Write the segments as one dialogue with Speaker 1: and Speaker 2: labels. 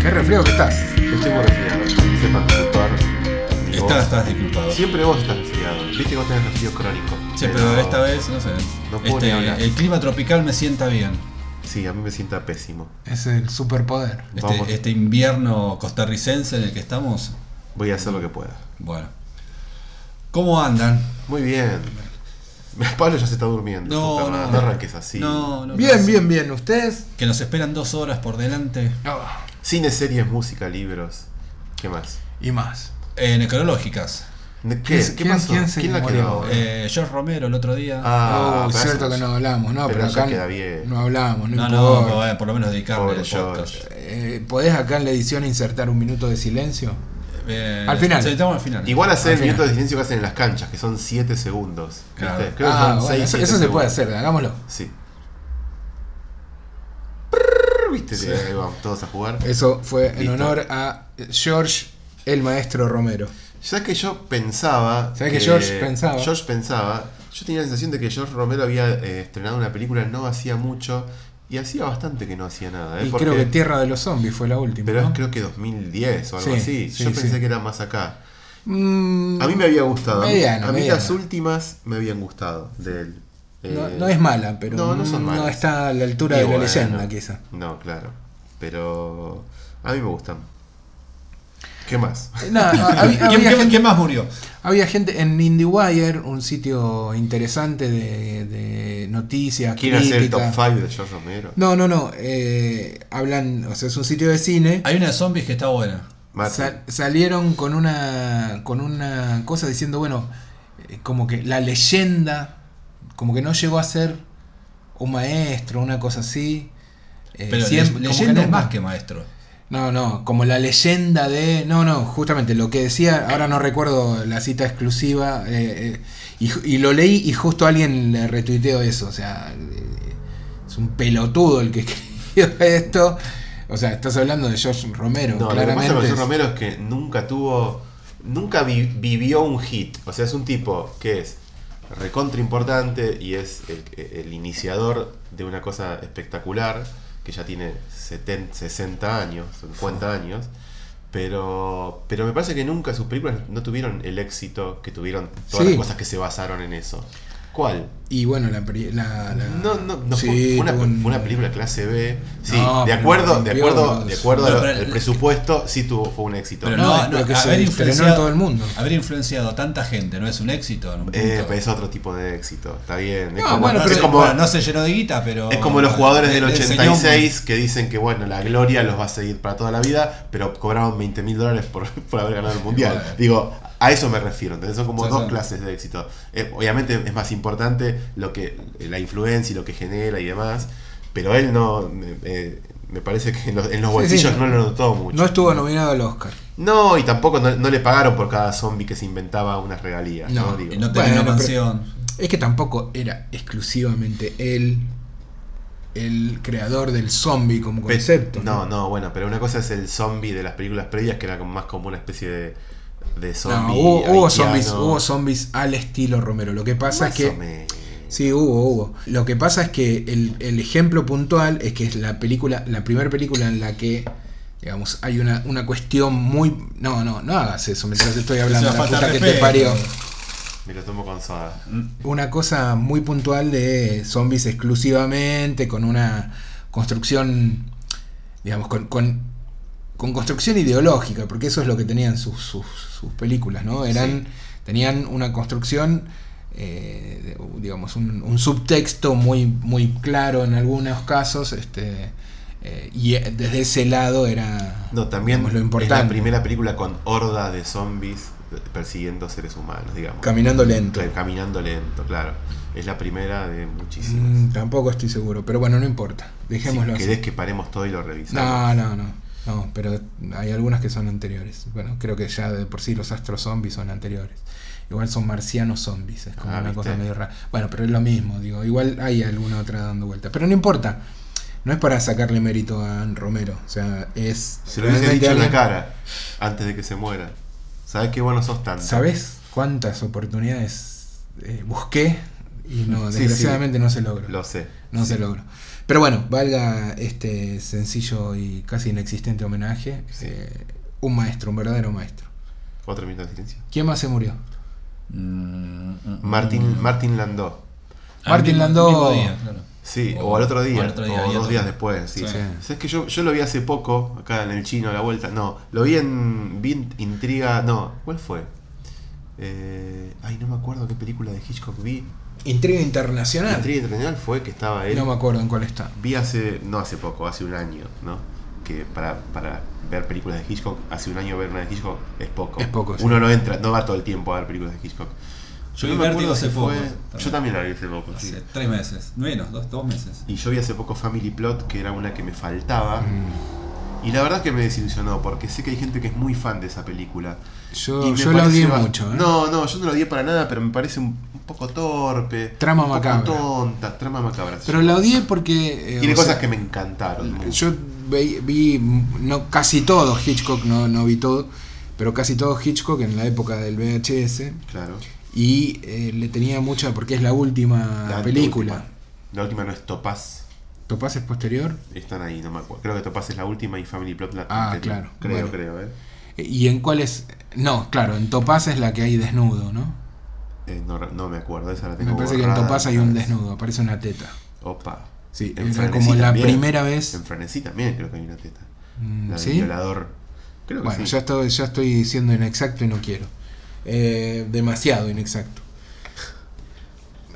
Speaker 1: Qué resfriado que estás.
Speaker 2: Estoy muy resfriado, sepan disculpar.
Speaker 3: Estás,
Speaker 2: Vos-
Speaker 3: estás disculpado. Sí,
Speaker 2: Siempre vos estás resfriado. Viste que vos tenés resfrío crónico.
Speaker 3: pero esta vez, no sé.
Speaker 2: No puedo
Speaker 3: Este,
Speaker 2: ni hablar.
Speaker 3: el clima tropical me sienta bien.
Speaker 2: Sí, a mí me sienta pésimo.
Speaker 1: Es el superpoder.
Speaker 2: Vamos.
Speaker 3: Este, este invierno costarricense en el que estamos.
Speaker 2: Voy a hacer lo que pueda.
Speaker 3: Bueno. ¿Cómo andan?
Speaker 2: Muy bien. Pablo ya se está durmiendo. puta madre, no arranques así.
Speaker 3: No, no,
Speaker 1: Bien,
Speaker 3: no.
Speaker 1: bien, bien. ¿Ustedes?
Speaker 3: Que nos esperan dos horas por delante.
Speaker 2: Cine, series, música, libros. ¿Qué más?
Speaker 1: Y más.
Speaker 3: Eh, necrológicas.
Speaker 2: ¿De ¿Qué,
Speaker 1: ¿Quién-
Speaker 2: ¿Qué
Speaker 1: quién-
Speaker 2: pasó?
Speaker 1: quién se
Speaker 2: la
Speaker 1: murió?
Speaker 2: quedó?
Speaker 3: Eh, George Romero el otro día.
Speaker 2: Ah,
Speaker 1: oh,
Speaker 2: pero
Speaker 1: cierto
Speaker 2: eso-
Speaker 1: que no hablamos, no, pero,
Speaker 2: pero ya
Speaker 1: acá
Speaker 2: queda bien.
Speaker 1: no hablamos, no, eh.
Speaker 3: no, no,
Speaker 1: importa.
Speaker 3: pero, bueno, por lo menos dedicarle
Speaker 2: Pobre
Speaker 3: el podcast.
Speaker 2: George.
Speaker 1: Eh, ¿Podés acá en la edición insertar un minuto de silencio?
Speaker 3: Eh,
Speaker 1: Al final.
Speaker 3: sí, estamos al final.
Speaker 2: Igual hacer
Speaker 1: Al
Speaker 2: el
Speaker 1: final.
Speaker 2: minuto de silencio que hacen en las canchas, que son 7 segundos. ¿viste?
Speaker 3: Claro.
Speaker 2: Creo que
Speaker 1: ah,
Speaker 2: son
Speaker 1: bueno,
Speaker 2: seis,
Speaker 1: eso,
Speaker 2: siete
Speaker 1: eso se puede
Speaker 2: segundos.
Speaker 1: hacer, hagámoslo.
Speaker 2: Sí. Prrr, ¿Viste? Ahí vamos todos a jugar.
Speaker 1: Eso fue en
Speaker 2: Listo.
Speaker 1: honor a George, el maestro Romero.
Speaker 2: ¿Sabes que yo pensaba.
Speaker 1: ¿Sabés que George pensaba?
Speaker 2: George pensaba. Yo tenía la sensación de que George Romero había eh, estrenado una película no hacía mucho. Y hacía bastante que no hacía nada. ¿eh?
Speaker 1: y
Speaker 2: Porque-
Speaker 1: creo que Tierra de los Zombies fue la última.
Speaker 2: Pero
Speaker 1: ¿no?
Speaker 2: es creo que 2010 o algo
Speaker 1: Sí,
Speaker 2: así.
Speaker 1: sí,
Speaker 2: yo
Speaker 1: sí.
Speaker 2: pensé que era más acá.
Speaker 1: Mm,
Speaker 2: A mí me había gustado. A mí-
Speaker 1: Mediano,
Speaker 2: a mí
Speaker 1: mediano.
Speaker 2: las últimas me habían gustado de él.
Speaker 1: no,
Speaker 2: Eh,
Speaker 1: no es mala, pero
Speaker 2: no, no son malas.
Speaker 1: está a la altura
Speaker 2: y
Speaker 1: de
Speaker 2: bueno,
Speaker 1: la leyenda, quizá.
Speaker 2: No, claro. Pero a mí me gustan. ¿Qué más?
Speaker 1: Eh, nada, hab- había,
Speaker 3: ¿Quién, quién-
Speaker 1: gente,
Speaker 3: quién más murió?
Speaker 1: había gente en IndieWire, un sitio interesante de, de noticias.
Speaker 2: ¿Quién hace el top
Speaker 1: crítica.
Speaker 2: 5 de George Romero?
Speaker 1: No, no, no. eh, hablan, o sea, es un sitio de cine.
Speaker 3: Hay una de zombies que está buena.
Speaker 2: Mati.
Speaker 1: Sal- salieron con una con una cosa diciendo bueno eh, como que la leyenda como que no llegó a ser un maestro una cosa así Eh,
Speaker 3: Pero
Speaker 1: siempre-
Speaker 3: le-
Speaker 1: como que
Speaker 3: leyenda es
Speaker 1: nunca-
Speaker 3: más que maestro.
Speaker 1: no no como la leyenda de no no justamente lo que decía ahora no recuerdo la cita exclusiva eh, eh, y, ju- y lo leí y justo alguien le retuiteó eso o sea eh, es un pelotudo el que escribió esto o sea estás hablando de George Romero
Speaker 2: No, lo que
Speaker 1: claramente
Speaker 2: pasa con George
Speaker 1: es-
Speaker 2: Romero es que nunca tuvo. Nunca vi- vivió un hit. O sea, es un tipo que es recontra importante y es el, el iniciador de una cosa espectacular que ya tiene 70, 60 años, 50 años. Pero, pero me parece que nunca sus películas no tuvieron el éxito que tuvieron todas
Speaker 1: Sí.
Speaker 2: las cosas que se basaron en eso. ¿Cuál?
Speaker 1: Y bueno, la. pri- la, la-
Speaker 2: No, no, no
Speaker 1: Sí,
Speaker 2: fue- fue, una,
Speaker 1: tuvo un-
Speaker 2: fue una película clase B. Sí,
Speaker 1: No,
Speaker 2: de
Speaker 1: pero
Speaker 2: acuerdo,
Speaker 1: no,
Speaker 2: de
Speaker 1: no,
Speaker 2: acuerdo,
Speaker 1: no,
Speaker 2: de acuerdo
Speaker 3: no,
Speaker 2: al-
Speaker 3: pero-
Speaker 2: al presupuesto, sí tuvo, fue un éxito. Eh,
Speaker 3: Pero
Speaker 1: No,
Speaker 3: no,
Speaker 1: es lo
Speaker 3: no,
Speaker 1: que se estrenó
Speaker 3: haber,
Speaker 1: en
Speaker 3: influenciado,
Speaker 1: todo el mundo.
Speaker 3: haber influenciado a tanta gente no es un éxito. En un punto.
Speaker 2: Eh, pero es otro tipo de éxito, está bien. Es
Speaker 1: No,
Speaker 2: como,
Speaker 1: bueno,
Speaker 3: no,
Speaker 2: es
Speaker 1: pero-
Speaker 3: se,
Speaker 2: como-
Speaker 3: bueno, no se llenó de guita, pero.
Speaker 2: es como los jugadores del
Speaker 3: le- le enseñó
Speaker 2: 86 que dicen que bueno, la gloria los va a seguir para toda la vida, pero cobraron 20 mil dólares por, por haber ganado el mundial.
Speaker 3: Bueno.
Speaker 2: Digo, a eso me refiero, entonces son como
Speaker 3: Sí,
Speaker 2: dos
Speaker 3: sí.
Speaker 2: clases de éxito. Eh, obviamente es más importante lo que eh, la influencia y lo que genera y demás, pero él no. me- me- me parece que en los, en los
Speaker 1: Sí, sí,
Speaker 2: bolsillos
Speaker 1: no-
Speaker 2: no lo notó mucho.
Speaker 1: No estuvo nominado al Oscar.
Speaker 2: No, y tampoco no, no le pagaron por cada zombie que se inventaba unas regalías. No,
Speaker 1: No,
Speaker 2: Digo,
Speaker 3: Y no tenía
Speaker 1: Bueno,
Speaker 3: una
Speaker 1: pero-
Speaker 3: mansión.
Speaker 1: Es que tampoco era exclusivamente él, el creador del zombie como
Speaker 2: Pe-
Speaker 1: concepto.
Speaker 2: No, no, bueno, pero una cosa es el zombie de las películas previas, que era como más como una especie de, de
Speaker 1: No,
Speaker 2: zombie.
Speaker 1: hubo, hubo
Speaker 2: haitiano.
Speaker 1: zombies, hubo zombies al estilo Romero. Lo que pasa
Speaker 2: Más
Speaker 1: es que.
Speaker 2: o menos.
Speaker 1: Sí, hubo, hubo. Lo que pasa es que el, el ejemplo puntual es que es la película, la primera película en la que, digamos, hay una, una cuestión muy. No, no, no hagas eso mientras estoy hablando.
Speaker 3: Es una
Speaker 1: La
Speaker 3: falta
Speaker 1: puta
Speaker 3: de
Speaker 1: que te
Speaker 3: respeto.
Speaker 1: parió.
Speaker 2: Me lo tomo con soda.
Speaker 1: Una cosa muy puntual de zombies exclusivamente, con una construcción, digamos, con, con, con construcción ideológica, porque eso es lo que tenían sus, sus, sus películas, ¿no? Eran, Tenían una construcción, eh, de- digamos, un, un subtexto muy, muy claro en algunos casos, este, eh, y eh, desde ese lado era
Speaker 2: No, también
Speaker 1: digamos, lo
Speaker 2: es la
Speaker 1: importante.
Speaker 2: primera película con horda de zombies persiguiendo seres humanos, digamos.
Speaker 1: Caminando lento.
Speaker 2: Cla- Caminando lento, claro. Es la primera de muchísimas.
Speaker 1: Mm, tampoco estoy seguro, pero bueno, no importa. Dejémoslo
Speaker 2: si
Speaker 1: así.
Speaker 2: querés que paremos todo y lo revisamos.
Speaker 1: No, no, no. No, pero hay algunas que son anteriores. Bueno, creo que ya de por sí los astros zombies son anteriores. Igual son marcianos zombies, es como
Speaker 2: Ah,
Speaker 1: una
Speaker 2: ¿viste?
Speaker 1: cosa medio rara. Bueno, pero es lo mismo, digo. Igual hay alguna otra dando vuelta. Pero no importa. No es para sacarle mérito a Ann Romero. O sea, es.
Speaker 2: Se lo hubiese
Speaker 1: realmente
Speaker 2: dicho en la
Speaker 1: alguien-
Speaker 2: cara antes de que se muera. ¿Sabes qué bueno sos tanto?
Speaker 1: ¿Sabes? cuántas oportunidades eh, busqué y no,
Speaker 2: Sí, sí.
Speaker 1: desgraciadamente no se logró.
Speaker 2: Lo sé.
Speaker 1: No se logró. Pero bueno, valga este sencillo y casi inexistente homenaje.
Speaker 2: Sí.
Speaker 1: eh, un maestro, un verdadero maestro.
Speaker 2: ¿Cuatro minutos de silencio?
Speaker 1: ¿Quién más se murió?
Speaker 3: Mm, mm,
Speaker 2: Martín,
Speaker 3: mm.
Speaker 2: Martín Landó.
Speaker 3: Ah,
Speaker 1: Martín
Speaker 3: mismo-
Speaker 1: Landó.
Speaker 3: mismo día, claro.
Speaker 2: Sí, o,
Speaker 3: O-
Speaker 2: al otro día,
Speaker 3: o al otro día,
Speaker 2: o
Speaker 3: había
Speaker 2: dos
Speaker 3: otro.
Speaker 2: días después. Sí.
Speaker 3: Sí.
Speaker 2: ¿Sabes que yo, yo lo vi hace poco, acá en el chino a la vuelta? No, lo vi en, vi en Intriga. No, ¿cuál fue? Eh, ay, no me acuerdo qué película de Hitchcock vi.
Speaker 1: Intriga
Speaker 3: Ah.
Speaker 1: internacional.
Speaker 2: Intriga Internacional fue que estaba él.
Speaker 1: No me acuerdo en cuál está.
Speaker 2: Vi hace, no hace poco, hace un año, ¿no? Que para, para ver películas de Hitchcock, hace un año ver una de Hitchcock es poco.
Speaker 1: Es poco, sí.
Speaker 2: Uno no entra, no va todo el tiempo a ver películas de Hitchcock.
Speaker 3: Yo
Speaker 2: No
Speaker 3: vi
Speaker 2: me acuerdo
Speaker 3: Vértigo
Speaker 2: si
Speaker 3: hace poco,
Speaker 2: fue-
Speaker 3: también.
Speaker 2: Yo también la vi hace poco, sí.
Speaker 3: Hace tres meses. Menos, dos, dos meses.
Speaker 2: Y yo vi hace poco Family Plot, que era una que me faltaba.
Speaker 1: Mm.
Speaker 2: Y la verdad es que me desilusionó, porque sé que hay gente que es muy fan de esa película. y
Speaker 1: Yo,
Speaker 2: me
Speaker 1: yo la
Speaker 2: parece
Speaker 1: odié
Speaker 2: bast-
Speaker 1: mucho. ¿eh?
Speaker 2: No, no, yo no la odié para nada, pero me parece un, un poco torpe.
Speaker 1: Trama
Speaker 2: un poco
Speaker 1: macabra.
Speaker 2: tonta, trama macabra. se
Speaker 1: Pero
Speaker 2: llama.
Speaker 1: la odié porque. eh,
Speaker 2: Tiene
Speaker 1: o
Speaker 2: cosas
Speaker 1: sea,
Speaker 2: que me encantaron. mucho.
Speaker 1: Yo ve- vi, no, casi todo Hitchcock, no, no vi todo, pero casi todo Hitchcock en la época del VHS.
Speaker 2: Claro.
Speaker 1: Y eh, le tenía mucha, porque es la última
Speaker 2: La
Speaker 1: Ah, película.
Speaker 2: última. La última no es Topaz.
Speaker 1: Topaz es posterior.
Speaker 2: Están ahí, no me acuerdo. Creo que Topaz es la última y Family Plot la
Speaker 1: Ah,
Speaker 2: anterior.
Speaker 1: claro.
Speaker 2: Creo,
Speaker 1: Bueno.
Speaker 2: creo, ¿eh?
Speaker 1: ¿Y en cuál es? No, claro, en Topaz es la que hay desnudo, ¿no?
Speaker 2: Eh, no, no me acuerdo, esa la tengo
Speaker 1: Me parece que en
Speaker 2: borrada.
Speaker 1: Topaz hay un desnudo, aparece una teta.
Speaker 2: Opa.
Speaker 1: Sí,
Speaker 2: En
Speaker 1: era
Speaker 2: Frenesí
Speaker 1: como la
Speaker 2: también.
Speaker 1: primera vez.
Speaker 2: En Frenesí también creo que hay una teta.
Speaker 1: Mm,
Speaker 2: La del
Speaker 1: ¿Sí?
Speaker 2: violador. Creo que
Speaker 1: Bueno,
Speaker 2: sí.
Speaker 1: ya estoy, ya estoy siendo inexacto y no quiero. Eh, demasiado inexacto.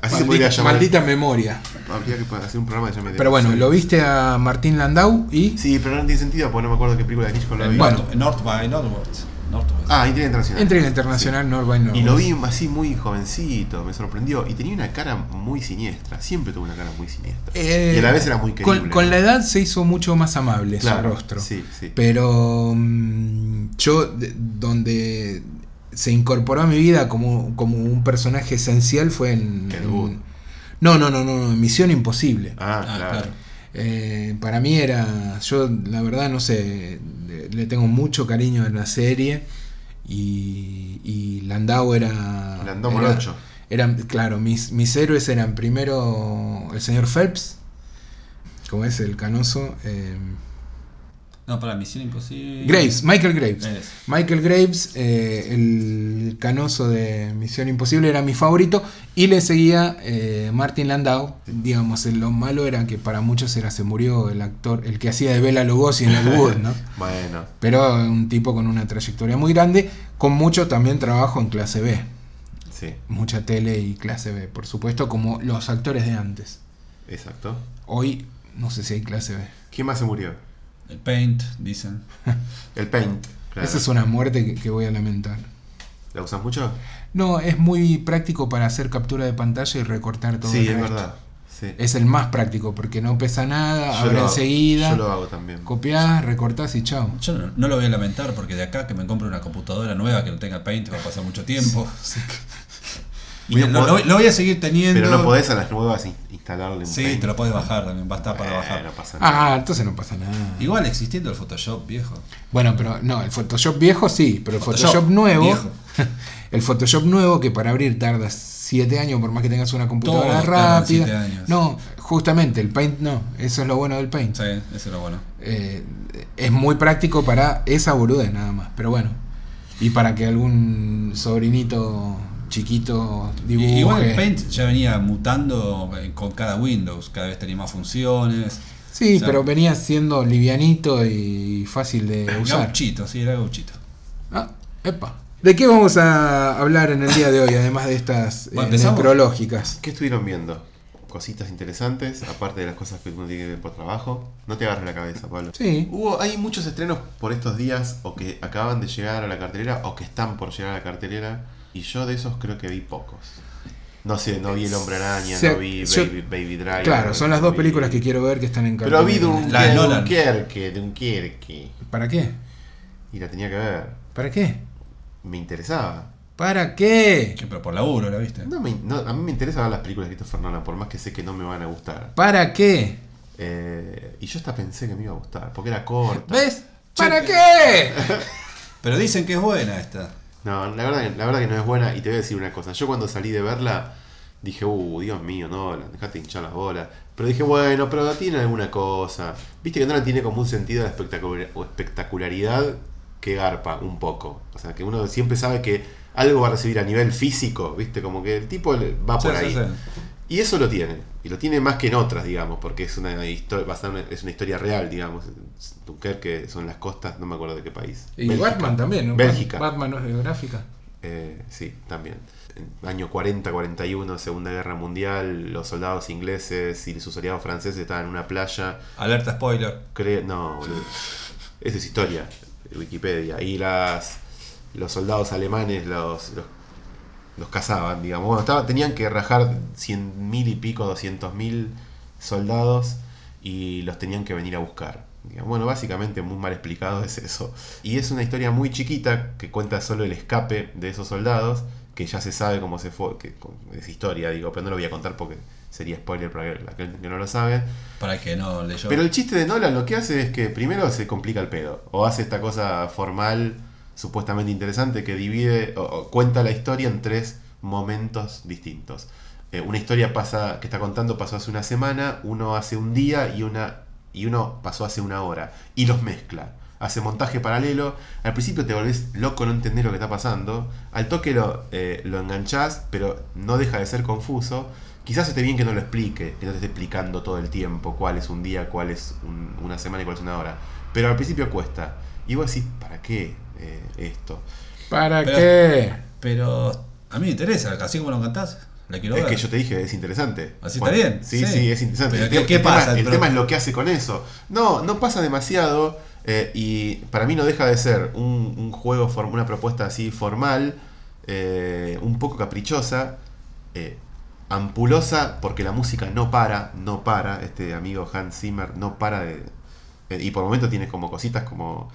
Speaker 2: Así se
Speaker 1: Maldi-
Speaker 2: podría llamar.
Speaker 1: maldita memoria.
Speaker 2: Habría que hacer un programa que se llame
Speaker 1: Pero bueno,
Speaker 2: Demasiado.
Speaker 1: lo viste a Martín Landau y.
Speaker 2: Sí, pero no tiene sentido porque no me acuerdo qué película de Hitchcock lo vi.
Speaker 3: En
Speaker 1: Bueno.
Speaker 3: North, North by Northwest. Northwest.
Speaker 2: Ah, Intriga Internacional.
Speaker 1: Entre el internacional North by
Speaker 2: Y lo
Speaker 1: Northwest.
Speaker 2: vi así muy jovencito, me sorprendió. Y tenía una cara muy siniestra. Siempre tuvo una cara muy siniestra.
Speaker 1: Eh,
Speaker 2: y a la vez era muy
Speaker 1: con-
Speaker 2: creíble.
Speaker 1: Con, la edad se hizo mucho más amable su rostro.
Speaker 2: Sí, sí.
Speaker 1: Pero mm, yo, de- donde se incorporó a mi vida como, como un personaje esencial fue en.
Speaker 2: Ed
Speaker 1: en-
Speaker 2: Wood.
Speaker 1: no, no, no, no, en Misión Imposible.
Speaker 2: Ah,
Speaker 3: Ah,
Speaker 2: claro.
Speaker 3: claro.
Speaker 1: Eh, para mí era, yo la verdad no sé, le, le tengo mucho cariño en la serie y, y Landau era...
Speaker 2: Landau
Speaker 1: era-
Speaker 2: Morocho.
Speaker 1: Eran, claro, mis, mis héroes eran primero el señor Phelps, como es el canoso, eh,
Speaker 3: No, para Misión Imposible.
Speaker 1: Graves, Michael Graves.
Speaker 3: Es.
Speaker 1: Michael Graves, eh, el canoso de Misión Imposible, era mi favorito y le seguía eh, Martin Landau. Digamos, lo malo era que para muchos era se murió el actor, el que hacía de Bela Lugosi en el Wood, ¿no?
Speaker 2: Bueno.
Speaker 1: Pero un tipo con una trayectoria muy grande, con mucho también trabajo en clase B,
Speaker 2: Sí,
Speaker 1: mucha tele y clase B, por supuesto, como los actores de antes.
Speaker 2: exacto.
Speaker 1: Hoy no sé si hay clase B.
Speaker 2: ¿Quién más se murió?
Speaker 3: El Paint, dicen.
Speaker 2: El Paint. Claro.
Speaker 1: Esa es una muerte que- que voy a lamentar.
Speaker 2: ¿La usas mucho?
Speaker 1: No, es muy práctico para hacer captura de pantalla y recortar todo
Speaker 2: Sí,
Speaker 1: el
Speaker 2: es
Speaker 1: resto.
Speaker 2: verdad. Sí.
Speaker 1: Es el más práctico porque no pesa nada,
Speaker 2: Yo
Speaker 1: abre
Speaker 2: lo hago-
Speaker 1: enseguida,
Speaker 2: Yo lo hago también.
Speaker 1: copiás, recortás y chao.
Speaker 3: Yo no, no lo voy a lamentar porque de acá que me compre una computadora nueva que no tenga Paint va a pasar mucho tiempo. Así que-
Speaker 2: Y
Speaker 3: Y
Speaker 2: no
Speaker 3: lo,
Speaker 2: pod-
Speaker 3: lo- lo voy a seguir teniendo.
Speaker 2: Pero no podés a las nuevas in- instalarle un
Speaker 3: Sí,
Speaker 2: Paint.
Speaker 3: te lo podés bajar también, basta para
Speaker 2: Eh,
Speaker 3: bajar.
Speaker 2: No pasa nada.
Speaker 1: Ah, entonces no pasa nada.
Speaker 3: Igual existiendo el Photoshop, viejo.
Speaker 1: Bueno, pero no, el Photoshop viejo sí, pero el Photoshop,
Speaker 3: Photoshop
Speaker 1: nuevo,
Speaker 3: viejo.
Speaker 1: el Photoshop nuevo que para abrir tarda 7 años por más que tengas una computadora
Speaker 3: Todo tarda siete
Speaker 1: rápida.
Speaker 3: años.
Speaker 1: No, justamente el Paint no, eso es lo bueno del Paint.
Speaker 3: Sí, eso es lo bueno.
Speaker 1: Eh, es muy práctico para esa boludez nada más, pero bueno. Y para que algún sobrinito chiquito
Speaker 3: Y-
Speaker 1: dibuje.
Speaker 3: Igual el Paint ya venía mutando eh, con cada Windows, cada vez tenía más funciones.
Speaker 1: Sí,
Speaker 3: o sea,
Speaker 1: pero venía siendo livianito y fácil de usar.
Speaker 3: Gauchito, sí, era gauchito.
Speaker 1: Ah, epa. ¿De qué vamos a hablar en el día de hoy, además de estas eh,
Speaker 3: Bueno, empezamos.
Speaker 1: necrológicas?
Speaker 2: ¿Qué estuvieron viendo? Cositas interesantes, aparte de las cosas que uno tiene que ver por trabajo. No te agarres la cabeza, Pablo.
Speaker 1: Sí.
Speaker 2: Hubo, hay muchos estrenos por estos días o que acaban de llegar a la cartelera o que están por llegar a la cartelera y yo de esos creo que vi pocos. No sé, no vi El Hombre Araña,
Speaker 1: Se-
Speaker 2: no vi
Speaker 1: yo-
Speaker 2: Baby, Baby Driver.
Speaker 1: Claro, son las dos
Speaker 2: vi-
Speaker 1: películas que quiero ver que están en
Speaker 2: Pero vi
Speaker 1: cartelera.
Speaker 3: La de Nolan.
Speaker 2: Dunkerque, Dunkerque.
Speaker 1: ¿Para qué?
Speaker 2: Y la tenía que ver.
Speaker 1: ¿Para qué?
Speaker 2: Me interesaba.
Speaker 1: ¿Para qué?
Speaker 3: Que, Pero por laburo, ¿la viste?
Speaker 2: No me- no, a mí me interesa ver las películas de Christopher Nolan, por más que sé que no me van a gustar.
Speaker 1: ¿Para qué?
Speaker 2: Eh, y yo hasta pensé que me iba a gustar, porque era corta.
Speaker 1: ¿Ves? ¿Para qué?
Speaker 3: Pero dicen que es buena esta.
Speaker 2: No, la verdad, que- la verdad que no es buena y te voy a decir una cosa. Yo cuando salí de verla dije, uh, Dios mío, no, dejate hinchar las bolas. Pero dije, bueno, pero tiene alguna cosa. Viste que Nolan tiene como un sentido de espectacular- o espectacularidad que garpa un poco. O sea, que uno siempre sabe que algo va a recibir a nivel físico, viste, como que el tipo va Ah, por ahí. Y eso lo tiene. Y lo tiene más que en otras, digamos, porque es una historia, es una historia real, digamos. Dunkerque son las costas, no me acuerdo de qué país.
Speaker 1: Y
Speaker 2: Bélgica.
Speaker 1: Batman también, ¿no?
Speaker 2: Bélgica.
Speaker 1: Batman no es biográfica.
Speaker 2: Eh, sí, también. En Año 40-41, Segunda Guerra Mundial, los soldados ingleses y sus aliados franceses estaban en una playa.
Speaker 3: Alerta spoiler.
Speaker 2: Cre- no, boludo. Eso es historia, Wikipedia. Y las, los soldados alemanes los, los, los cazaban, digamos. Bueno, estaba- tenían que rajar 100.000 y pico, 200.000 soldados y los tenían que venir a buscar. Digamos, Bueno, básicamente muy mal explicado es eso. Y es una historia muy chiquita que cuenta solo el escape de esos soldados, que ya se sabe cómo se fue, que es historia, digo, pero no lo voy a contar porque sería spoiler para aquel que no lo sabe.
Speaker 3: Para que no leyó.
Speaker 2: Pero el chiste de Nolan lo que hace es que primero se complica el pedo. O hace esta cosa formal, supuestamente interesante, que divide o, o cuenta la historia en tres momentos distintos. Eh, una historia pasa, que está contando pasó hace una semana, uno hace un día y, una, y uno pasó hace una hora. Y los mezcla. Hace montaje paralelo. Al principio te volvés loco, no entendés lo que está pasando. Al toque lo, eh, lo enganchás, pero no deja de ser confuso. Quizás esté bien que no lo explique, que no te esté explicando todo el tiempo cuál es un día, cuál es un- una semana y cuál es una hora. Pero al principio cuesta. Y vos decís, ¿para qué eh, esto?
Speaker 1: ¿Para
Speaker 3: Pero-
Speaker 1: qué?
Speaker 3: Pero a mí me interesa, así como lo cantás, la quiero
Speaker 2: es
Speaker 3: ver.
Speaker 2: que yo te dije, es interesante.
Speaker 3: Así está bien,
Speaker 2: Sí,
Speaker 3: sí.
Speaker 2: sí, es interesante.
Speaker 3: Pero
Speaker 2: el
Speaker 3: ¿qué-
Speaker 2: te-
Speaker 3: qué
Speaker 2: el tema-
Speaker 3: pasa?
Speaker 2: el
Speaker 3: Pero-
Speaker 2: tema es lo que hace con eso. No, no pasa demasiado. eh, y para mí no deja de ser un, un juego, form- una propuesta así formal, eh, un poco caprichosa, eh, ampulosa, porque la música no para, no para. Este amigo Hans Zimmer no para de. eh, y por momentos tienes como cositas como.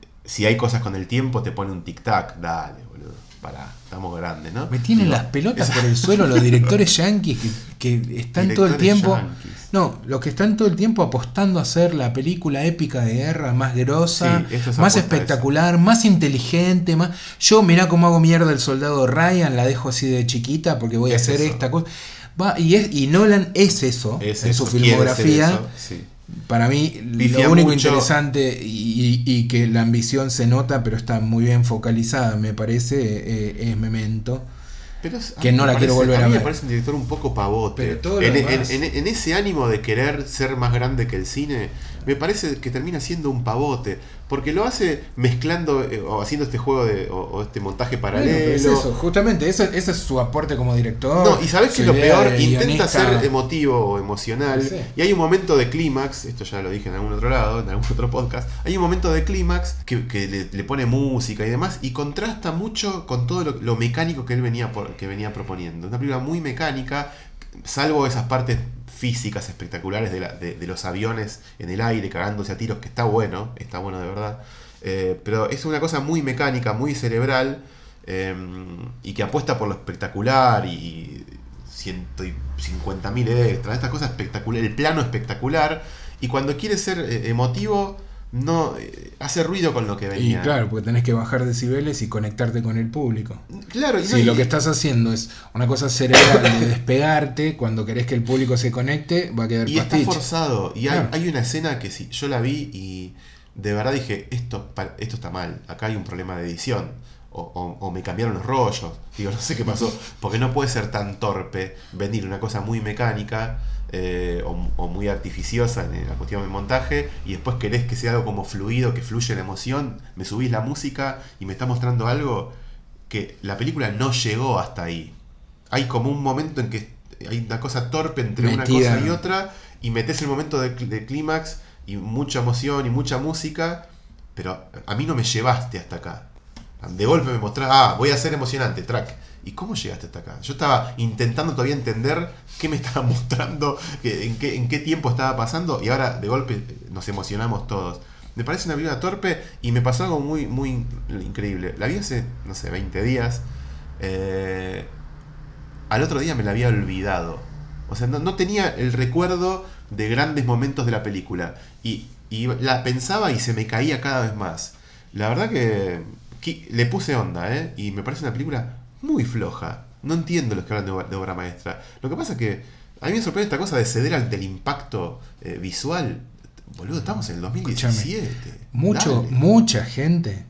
Speaker 2: eh, Si hay cosas con el tiempo, te pone un tic-tac. Dale, boludo. Pará, estamos grandes, ¿no?
Speaker 1: Me tienen
Speaker 2: Digo,
Speaker 1: las pelotas por el suelo los directores yanquis que, que están todo el
Speaker 2: Directores
Speaker 1: tiempo.
Speaker 2: yanquis.
Speaker 1: No, los que están todo el tiempo apostando a hacer la película épica de guerra más grosa,
Speaker 2: Sí, esto
Speaker 1: más
Speaker 2: es apuesta a eso.
Speaker 1: espectacular, más inteligente, más. Yo mirá cómo hago mierda el soldado Ryan, la dejo así de chiquita porque voy a
Speaker 2: Es
Speaker 1: hacer
Speaker 2: eso.
Speaker 1: esta cosa. Va, y, es, y Nolan es eso
Speaker 2: Es
Speaker 1: en
Speaker 2: eso,
Speaker 1: su
Speaker 2: quiere ser
Speaker 1: filmografía.
Speaker 2: eso, sí.
Speaker 1: Para mí,
Speaker 2: Pifia
Speaker 1: lo único
Speaker 2: mucho.
Speaker 1: interesante y, y- y que la ambición se nota, pero está muy bien focalizada, me parece, eh, es Memento.
Speaker 2: Pero es- a
Speaker 1: Que
Speaker 2: mí
Speaker 1: no
Speaker 2: me
Speaker 1: la quiero volver
Speaker 2: mí
Speaker 1: a ver.
Speaker 2: Me parece un director un poco pavote.
Speaker 1: Pero todo lo
Speaker 2: en, en-
Speaker 1: demás.
Speaker 2: en- en ese ánimo de querer ser más grande que el cine, me parece que termina siendo un pavote. Porque lo hace mezclando eh, o haciendo este juego de, o, o este montaje paralelo.
Speaker 1: Bueno, pero es eso, justamente, eso- ese, es su aporte como director.
Speaker 2: No, y sabes que
Speaker 1: su
Speaker 2: lo
Speaker 1: idea
Speaker 2: peor,
Speaker 1: de
Speaker 2: intenta
Speaker 1: guionista.
Speaker 2: ser emotivo o emocional.
Speaker 1: Sí.
Speaker 2: Y hay un momento de clímax, esto ya lo dije en algún otro lado, en algún otro podcast. Hay un momento de clímax que, que le, le pone música y demás, y contrasta mucho con todo lo, lo mecánico que él venía, por- que venía proponiendo. Una película muy mecánica, salvo esas partes físicas espectaculares de, la- de- de los aviones en el aire cagándose a tiros, que está bueno, está bueno de verdad. Eh, pero es una cosa muy mecánica, muy cerebral, eh, y que apuesta por lo espectacular y 150.000 extras, estas cosas espectacular, el plano espectacular, y cuando quiere ser eh, emotivo, no eh, hace ruido con lo que
Speaker 1: Y
Speaker 2: venía.
Speaker 1: claro, porque tenés que bajar decibeles y conectarte con el público.
Speaker 2: Claro, y no,
Speaker 1: Si
Speaker 2: y-
Speaker 1: lo que estás haciendo es una cosa cerebral de despegarte, cuando querés que el público se conecte, va a quedar
Speaker 2: Y está
Speaker 1: pastiche.
Speaker 2: forzado. Y hay,
Speaker 1: Claro.
Speaker 2: hay una escena que si yo la vi y de verdad dije, esto, pa- esto está mal, acá hay un problema de edición. O, o- o me cambiaron los rollos. Digo, no sé qué pasó. Porque no puede ser tan torpe venir una cosa muy mecánica eh, o, o muy artificiosa en la cuestión del montaje y después querés que sea algo como fluido, que fluye la emoción, me subís la música y me está mostrando algo que la película no llegó hasta ahí. Hay como un momento en que hay una cosa torpe
Speaker 1: Metida.
Speaker 2: entre una cosa y otra y metes el momento de, cl- de clímax y mucha emoción y mucha música, pero a mí no me llevaste hasta acá. De golpe me mostrás, ah, voy a ser emocionante, track. ¿Y cómo llegaste hasta acá? Yo estaba intentando todavía entender qué me estaba mostrando, que- en qué, en qué tiempo estaba pasando, y ahora de golpe eh, nos emocionamos todos. Me parece una película torpe y me pasó algo muy, muy in- increíble. La vi hace, no sé, 20 días. Eh, al otro día me la había olvidado. O sea, no, no tenía el recuerdo de grandes momentos de la película. Y, y la pensaba y se me caía cada vez más. La verdad que Qui- Le puse onda, ¿eh? Y me parece una película muy floja. No entiendo los que hablan de obra, de obra maestra. Lo que pasa es que a mí me sorprende esta cosa de ceder al del impacto eh, visual. Boludo, estamos en el 2017.
Speaker 1: Mucho,
Speaker 2: Dale.
Speaker 1: mucha gente,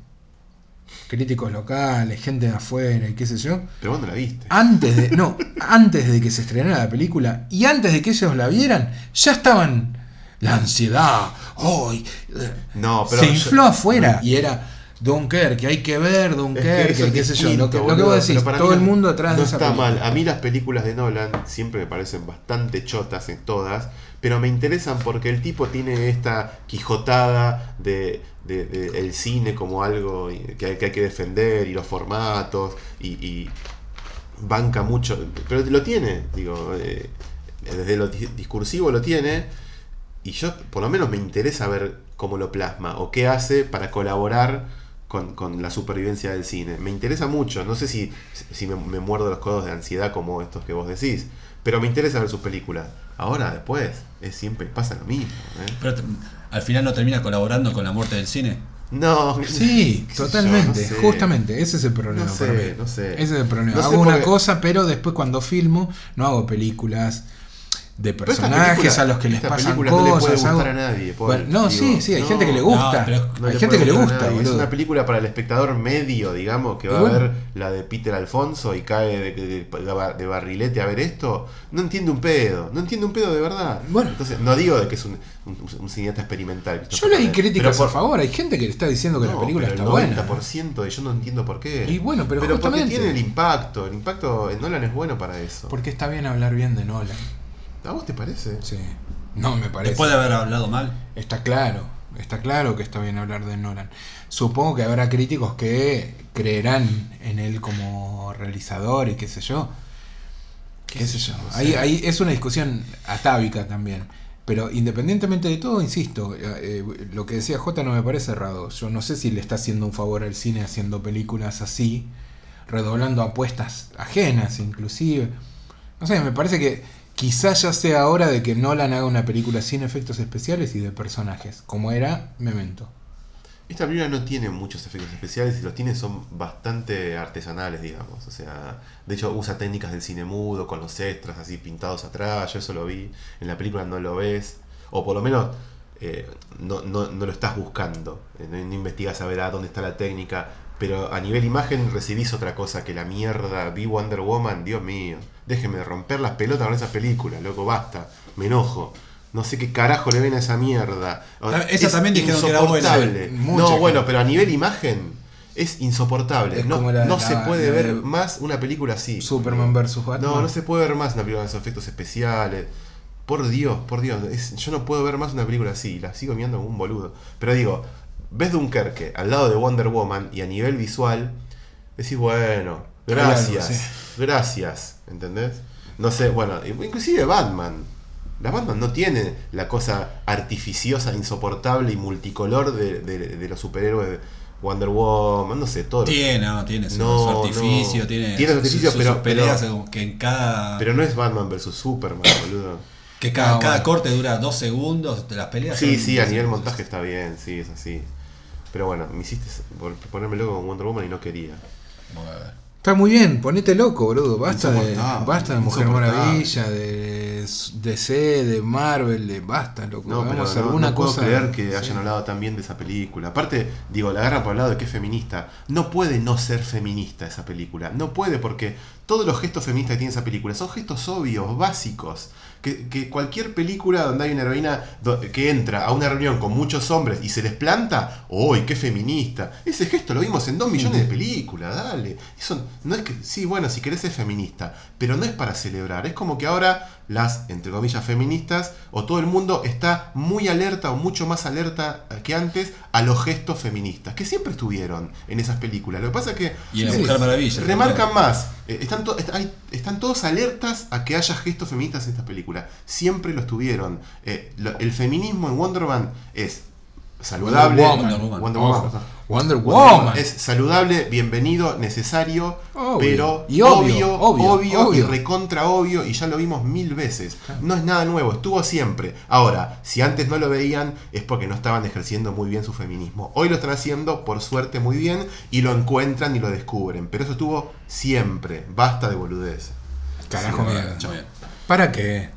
Speaker 1: críticos locales, gente de afuera y qué sé yo,
Speaker 2: Pero vos no la viste.
Speaker 1: antes de, no, antes de que se estrenara la película y antes de que ellos la vieran, ya estaban la ansiedad, hoy eh,
Speaker 2: No, pero.
Speaker 1: se
Speaker 2: yo-
Speaker 1: infló afuera y era Dunkerque, hay que ver
Speaker 2: Es que
Speaker 1: Dunkerque,
Speaker 2: eso es
Speaker 1: qué sé yo,
Speaker 2: distinto,
Speaker 1: lo que, lo que
Speaker 2: boludo,
Speaker 1: vos decís,
Speaker 2: pero para
Speaker 1: todo
Speaker 2: mí
Speaker 1: el
Speaker 2: no-
Speaker 1: mundo atrás
Speaker 2: no
Speaker 1: de esa
Speaker 2: está
Speaker 1: película.
Speaker 2: mal. A mí las películas de Nolan siempre me parecen bastante chotas en todas, pero me interesan porque el tipo tiene esta quijotada de, de- de el cine como algo que hay que, hay que defender y los formatos y, y banca mucho, pero lo tiene, digo, eh, desde lo di- discursivo lo tiene. Y yo, por lo menos, me interesa ver cómo lo plasma o qué hace para colaborar con, con la supervivencia del cine. Me interesa mucho. No sé si, si me, me muerdo los codos de ansiedad como estos que vos decís, pero me interesa ver sus películas. Ahora, después, es siempre pasa lo mismo. ¿eh?
Speaker 3: Pero te- al final no termina colaborando con la muerte del cine.
Speaker 2: No,
Speaker 1: Sí,
Speaker 2: qué sé yo,
Speaker 1: totalmente,
Speaker 2: no sé.
Speaker 1: justamente, ese es el problema
Speaker 2: No sé,
Speaker 1: para mí.
Speaker 2: no sé.
Speaker 1: Ese es el problema.
Speaker 2: No sé
Speaker 1: hago una
Speaker 2: porque-
Speaker 1: cosa, pero después cuando filmo, no hago películas de
Speaker 2: Pero esta
Speaker 1: personajes
Speaker 2: película-
Speaker 1: a los que les
Speaker 2: esta
Speaker 1: pasan
Speaker 2: película
Speaker 1: cosas.
Speaker 2: no le puede
Speaker 1: hago-
Speaker 2: gustar a nadie, Paul.
Speaker 1: Bueno, no,
Speaker 2: Digo,
Speaker 1: sí, sí, hay
Speaker 2: no,
Speaker 1: gente que le
Speaker 2: no,
Speaker 1: gusta.
Speaker 3: pero
Speaker 2: No
Speaker 1: hay
Speaker 2: le
Speaker 1: gente que le
Speaker 2: puede
Speaker 1: gusta,
Speaker 2: nadie. Es
Speaker 1: boludo.
Speaker 2: una película para el espectador medio, digamos, que va
Speaker 1: Y bueno.
Speaker 2: a ver la de Peter Alfonso y cae de, de- de bar- de barrilete a ver esto. No entiende un pedo, no entiende un pedo de verdad.
Speaker 1: Bueno.
Speaker 2: Entonces, no digo de que es un, un- un cineasta experimental.
Speaker 1: Yo leí críticas
Speaker 2: Pero
Speaker 1: a favor, hay gente que le está diciendo que la
Speaker 2: no,
Speaker 1: película
Speaker 2: pero
Speaker 1: está
Speaker 2: el
Speaker 1: buena.
Speaker 2: 90% de yo no entiendo por qué.
Speaker 1: Y bueno, pero
Speaker 2: porque
Speaker 1: justamente.
Speaker 2: tiene el impacto. El impacto en Nolan es bueno para eso.
Speaker 1: Porque está bien hablar bien de Nolan.
Speaker 2: ¿A vos te parece?
Speaker 1: Sí. No, me parece.
Speaker 3: Después de haber hablado mal.
Speaker 1: Está claro, está claro que está bien hablar de Nolan. Supongo que habrá críticos que creerán en él como realizador y qué sé yo. Qué, sé yo. Ahí, ahí es una discusión atávica también. Pero independientemente de todo, insisto, eh, eh, lo que decía J no me parece errado. Yo no sé si le está haciendo un favor al cine haciendo películas así, redoblando apuestas ajenas inclusive. No sé, me parece que quizás ya sea hora de que Nolan haga una película sin efectos especiales y de personajes, como era Memento.
Speaker 2: Esta película no tiene muchos efectos especiales y los tiene son bastante artesanales, digamos. O sea, de hecho usa técnicas del cine mudo con los extras así pintados atrás. Yo eso lo vi. En la película no lo ves. O por lo menos eh, no, no- no lo estás buscando. Eh, No, no investigas a ver a dónde está la técnica. Pero a nivel imagen recibís otra cosa que la mierda. Vi Wonder Woman, Dios mío. Déjenme de romper las pelotas con esa película, loco, basta. Me enojo. No sé qué carajo le ven a esa mierda. O-
Speaker 3: Ta- esa también dijeron que era buena.
Speaker 2: insoportable.
Speaker 1: Mucha
Speaker 2: No, bueno,
Speaker 1: gente.
Speaker 2: pero a nivel imagen es insoportable.
Speaker 1: Es como
Speaker 2: no
Speaker 1: la-
Speaker 2: no
Speaker 1: la-
Speaker 2: se puede
Speaker 1: la
Speaker 2: ver
Speaker 1: de
Speaker 2: más una película así.
Speaker 1: Superman vs. Batman.
Speaker 2: No, no se puede ver más una película con esos efectos especiales. Por Dios, por Dios. es- yo no puedo ver más una película así. La sigo mirando como un boludo. Pero digo, ves Dunkerque al lado de Wonder Woman y a nivel visual, decís, bueno, gracias,
Speaker 1: Claro, sí.
Speaker 2: gracias. ¿Entendés? No sé, bueno, inclusive Batman. La Batman no tiene la cosa artificiosa, insoportable y multicolor de, de- de los superhéroes de Wonder Woman, no sé, todo. lo-
Speaker 3: Tiene, no, tiene su,
Speaker 2: No,
Speaker 3: su artificio,
Speaker 2: no.
Speaker 3: tiene,
Speaker 2: Tiene su artificio, pero-
Speaker 3: sus peleas
Speaker 2: pero-
Speaker 3: como que en cada,
Speaker 2: Pero no es Batman versus Superman, boludo.
Speaker 3: que cada,
Speaker 1: Ah,
Speaker 3: cada
Speaker 1: bueno.
Speaker 3: corte dura dos segundos, las peleas
Speaker 2: Sí,
Speaker 3: son-
Speaker 2: sí, a nivel montaje está bien, sí, es así. Pero bueno, me hiciste por- ponerme loco con Wonder Woman y no quería.
Speaker 3: Bueno.
Speaker 1: Está muy bien, ponete loco, boludo. Basta de,
Speaker 2: Insoportable,
Speaker 1: basta de Mujer
Speaker 2: insoportable.
Speaker 1: Maravilla, de s- DC, de Marvel, de basta, loco.
Speaker 2: No, pero
Speaker 1: Hagamos
Speaker 2: no,
Speaker 1: alguna
Speaker 2: no puedo
Speaker 1: cosa.
Speaker 2: creer que
Speaker 1: sí.
Speaker 2: hayan hablado tan bien de esa película. Aparte, digo, la agarran por el lado de que es feminista. No puede no ser feminista esa película. No puede porque todos los gestos feministas que tiene esa película son gestos obvios, básicos. Que, que cualquier película donde hay una heroína do- que entra a una reunión con muchos hombres y se les planta, ¡Uy, qué feminista! Ese gesto lo vimos en dos millones de películas, dale. Eso no es que. Sí, bueno, si querés es feminista, pero no es para celebrar. Es como que ahora las, entre comillas, feministas o todo el mundo está muy alerta o mucho más alerta que antes a los gestos feministas, que siempre estuvieron en esas películas. Lo que pasa es que
Speaker 3: Y en la
Speaker 1: Sí.
Speaker 3: Mujer Maravilla.
Speaker 2: remarcan más. Eh, Están, to- est- hay- están todos alertas a que haya gestos feministas en estas películas. Siempre lo estuvieron. Eh, lo- el feminismo en Wonder Woman es saludable.
Speaker 1: Woman.
Speaker 2: Wonder Woman,
Speaker 1: Ojo.
Speaker 2: ajá.
Speaker 1: Oh, Wonder
Speaker 2: Wonder Woman
Speaker 1: Woman.
Speaker 2: Es saludable, bienvenido, necesario,
Speaker 1: Obvio.
Speaker 2: pero
Speaker 1: Y
Speaker 2: obvio,
Speaker 1: obvio,
Speaker 2: obvio,
Speaker 1: obvio,
Speaker 2: y
Speaker 1: obvio.
Speaker 2: recontra obvio, y ya lo vimos mil veces. No es nada nuevo, estuvo siempre. Ahora, si antes no lo veían, es porque no estaban ejerciendo muy bien su feminismo. Hoy lo están haciendo, por suerte, muy bien, y lo encuentran y lo descubren. Pero eso estuvo siempre. Basta de boludez.
Speaker 1: Carajo,
Speaker 3: Muy
Speaker 1: mierda.
Speaker 3: bien.
Speaker 1: ¿Para qué?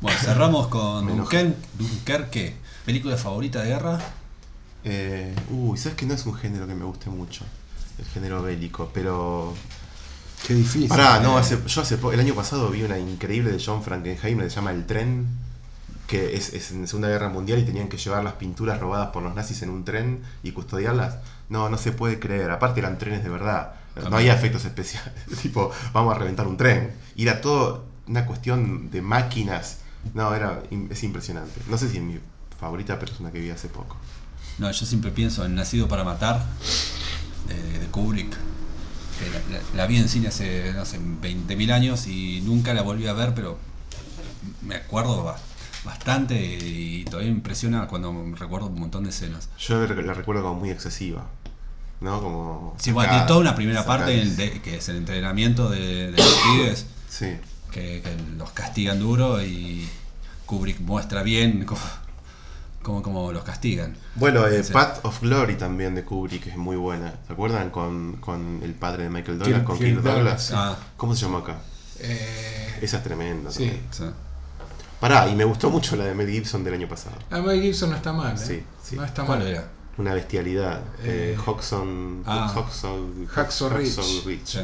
Speaker 3: Bueno, cerramos con
Speaker 2: Me enojo.
Speaker 3: Dunker- Dunkerque. ¿Película favorita de guerra?
Speaker 2: Eh, uy, sabes que no es un género que me guste mucho, el género bélico, pero
Speaker 1: Qué difícil.
Speaker 2: Pará,
Speaker 3: eh.
Speaker 2: no, hace, yo hace po- el año pasado vi una increíble de John Frankenheimer que se llama El Tren, que es, es en Segunda Guerra Mundial y tenían que llevar las pinturas robadas por los nazis en un tren y custodiarlas. No, no se puede creer. Aparte eran trenes de verdad. No había efectos especiales. tipo, vamos a reventar un tren. Y era todo una cuestión de máquinas. No, era im- es impresionante. No sé si es mi favorita, pero es una que vi hace poco.
Speaker 3: No, yo siempre pienso en Nacido para Matar de, de Kubrick. que la, la- la vi en cine hace, no sé, 20.000 años y nunca la volví a ver, pero me acuerdo ba- bastante y todavía me impresiona cuando recuerdo un montón de escenas.
Speaker 2: Yo la rec- la recuerdo como muy excesiva. ¿No? Como.
Speaker 3: Sí, bueno,
Speaker 2: sacada,
Speaker 3: tiene toda una primera parte
Speaker 2: sacada.
Speaker 3: en- de- que es el entrenamiento de, de los pibes,
Speaker 2: Sí.
Speaker 3: que, que los castigan duro y Kubrick muestra bien cómo, cómo- cómo los castigan.
Speaker 2: Bueno, eh,
Speaker 3: Sí.
Speaker 2: Path of Glory también de Kubrick es muy buena. ¿Se acuerdan con, con el padre de Michael
Speaker 1: Kirk-
Speaker 2: Douglas, con
Speaker 1: Kirk
Speaker 2: Kirk Douglas?
Speaker 1: Douglas, sí.
Speaker 3: Ah,
Speaker 2: ¿Cómo se llama acá?
Speaker 1: Eh,
Speaker 2: Esa es tremenda.
Speaker 1: Sí.
Speaker 2: también.
Speaker 3: o sea,
Speaker 2: Pará, y me gustó mucho la de Mel Gibson del año pasado.
Speaker 1: a Mel Gibson no está mal. ¿eh?
Speaker 2: Sí, sí.
Speaker 1: No está
Speaker 3: ¿Cuál
Speaker 1: mal.
Speaker 3: era?
Speaker 2: Una bestialidad. Eh,
Speaker 1: Eh,
Speaker 2: Hodgson.
Speaker 3: ah.
Speaker 2: Hodgson-
Speaker 1: Hacksaw Ridge.
Speaker 2: Hacksaw Ridge.
Speaker 3: Sí.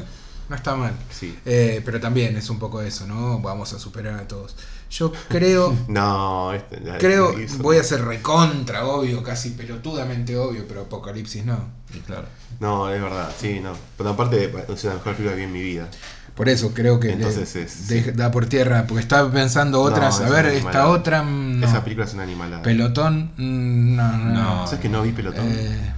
Speaker 1: No está mal.
Speaker 2: Sí.
Speaker 1: Eh, pero también es un poco eso, ¿no? Vamos a superar a todos. Yo creo,
Speaker 2: No, este, la de
Speaker 1: creo,
Speaker 2: Mel Gibson.
Speaker 1: voy a ser recontra, obvio, casi pelotudamente obvio, pero Apocalipsis no.
Speaker 3: Y claro.
Speaker 2: No, es verdad, sí, no. Pero aparte, es una mejor película que vi en mi vida.
Speaker 1: Por eso creo que le-
Speaker 2: Entonces es-
Speaker 1: de- da por tierra, porque estaba pensando otras.
Speaker 2: No,
Speaker 1: a
Speaker 2: es
Speaker 1: ver,
Speaker 2: una
Speaker 1: esta
Speaker 2: animalada.
Speaker 1: otra. mm, no.
Speaker 2: Esa película es una animalada.
Speaker 1: Pelotón, mm, no, no,
Speaker 3: No.
Speaker 1: no.
Speaker 2: ¿Sabes que no vi pelotón?
Speaker 1: Eh,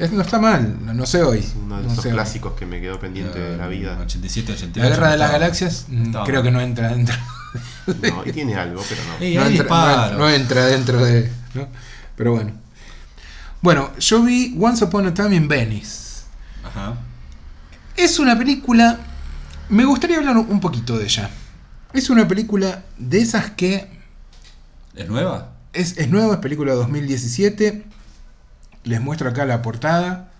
Speaker 1: es- no está mal, no, no sé hoy.
Speaker 2: es uno de
Speaker 1: no
Speaker 2: esos
Speaker 1: sé hoy.
Speaker 2: clásicos que me quedó pendiente de
Speaker 3: Ah,
Speaker 2: la vida.
Speaker 3: 87, 88.
Speaker 1: La guerra de las
Speaker 3: estaba.
Speaker 1: galaxias, mm,
Speaker 3: Estaba.
Speaker 1: creo que no entra dentro.
Speaker 2: No, y tiene algo, pero no.
Speaker 3: Y
Speaker 1: no, entra,
Speaker 3: hay
Speaker 1: no
Speaker 3: disparos.
Speaker 1: entra- no entra dentro de. ¿no? Pero bueno. Bueno, yo vi Once Upon a Time in Venice.
Speaker 3: Ajá.
Speaker 1: Es una película. Me gustaría hablar un poquito de ella. Es una película de esas que
Speaker 3: ¿Es nueva?
Speaker 1: Es, es nueva, es película 2017. Les muestro acá la portada.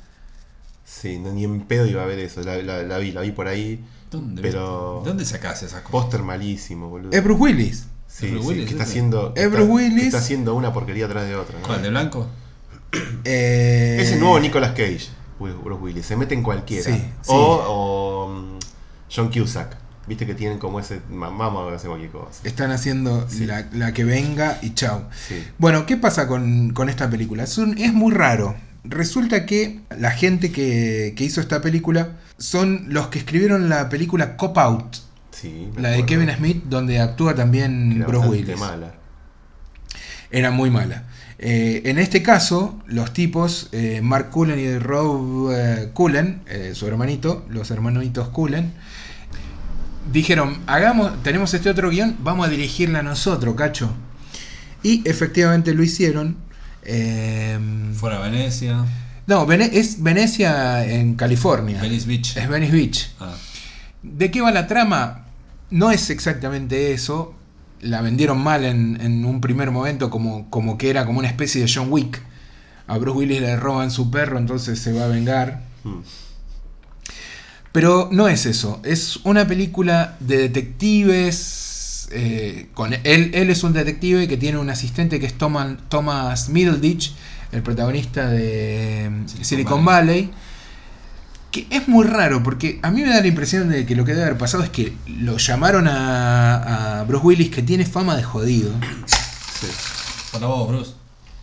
Speaker 2: Sí, no, ni en pedo iba a ver eso. La, la- la vi, la vi por ahí.
Speaker 3: ¿Dónde,
Speaker 2: Pero-
Speaker 3: ¿Dónde sacás esas cosas?
Speaker 2: Póster malísimo, boludo.
Speaker 1: Es Bruce Willis.
Speaker 2: Sí,
Speaker 3: Es Bruce
Speaker 2: sí,
Speaker 3: Willis,
Speaker 2: que está
Speaker 3: ese.
Speaker 2: haciendo. que
Speaker 1: Es
Speaker 2: está-
Speaker 1: Bruce
Speaker 2: que
Speaker 1: Willis.
Speaker 2: Está haciendo una porquería atrás de otra. ¿no?
Speaker 3: ¿Cuál? ¿De blanco?
Speaker 1: Eh,
Speaker 2: Es el nuevo Nicolas Cage, Will- Bruce Willis. Se mete en cualquiera.
Speaker 1: Sí, sí.
Speaker 2: O, o, mm, John Cusack. Viste que tienen como ese. ma- Vamos a hacer cualquier cosa.
Speaker 1: Están haciendo
Speaker 2: Sí.
Speaker 1: la, la que venga y chao.
Speaker 2: Sí.
Speaker 1: Bueno, ¿qué pasa con, con esta película? Es, un- es muy raro. Resulta que la gente que, que hizo esta película son los que escribieron la película Cop Out,
Speaker 2: sí me
Speaker 1: la de
Speaker 2: acuerdo.
Speaker 1: Kevin Smith, donde actúa también
Speaker 2: Que era
Speaker 1: Bruce
Speaker 2: bastante
Speaker 1: Willis.
Speaker 2: mala.
Speaker 1: era muy mala. Eh, en este caso, los tipos, eh, Mark Cullen y Rob eh, Cullen, eh, su hermanito, los hermanitos Cullen, dijeron, hagamos, tenemos este otro guión, vamos a dirigirla nosotros, cacho. Y efectivamente lo hicieron. eh,
Speaker 3: Fuera de Venecia.
Speaker 1: no, Vene- es Venecia en California.
Speaker 3: Venice Beach.
Speaker 1: Es Venice Beach.
Speaker 3: Ah,
Speaker 1: ¿De qué va la trama? No es exactamente eso. La vendieron mal en, en un primer momento como, como que era como una especie de John Wick. A Bruce Willis le roban su perro, entonces se va a vengar.
Speaker 2: Mm.
Speaker 1: Pero no es eso. Es una película de detectives. eh, con él, él es un detective que tiene un asistente que es Thomas, Thomas Middleditch, el protagonista de mm,
Speaker 3: Silicon
Speaker 1: Silicon, Valley. Que es muy raro porque a mí me da la impresión de que lo que debe haber pasado es que lo llamaron a, a Bruce Willis, que tiene fama de jodido.
Speaker 2: Sí.
Speaker 3: para vos, Bruce.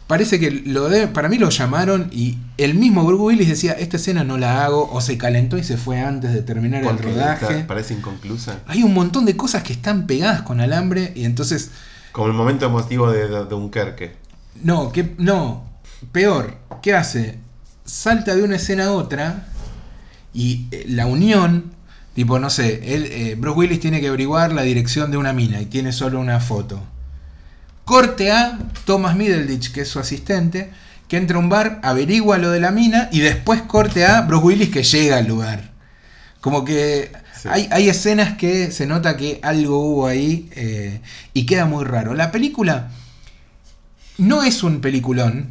Speaker 1: Parece que lo de, para mí lo llamaron y el mismo Bruce Willis decía: Esta escena no la hago, o se calentó y se fue antes de terminar el
Speaker 2: Porque
Speaker 1: rodaje.
Speaker 2: está- parece inconclusa.
Speaker 1: Hay un montón de cosas que están pegadas con alambre y entonces,
Speaker 2: Como el momento emotivo de, de Dunkerque.
Speaker 1: no, que no, peor, ¿qué hace? Salta de una escena a otra y eh, la unión, tipo, no sé, él, eh, Bruce Willis tiene que averiguar la dirección de una mina y tiene solo una foto. Corte a Thomas Middleditch, que es su asistente, que entra a un bar, averigua lo de la mina y después corte a Bruce Willis que llega al lugar. Como que
Speaker 2: Sí.
Speaker 1: hay, hay escenas que se nota que algo hubo ahí eh, y queda muy raro. La película no es un peliculón,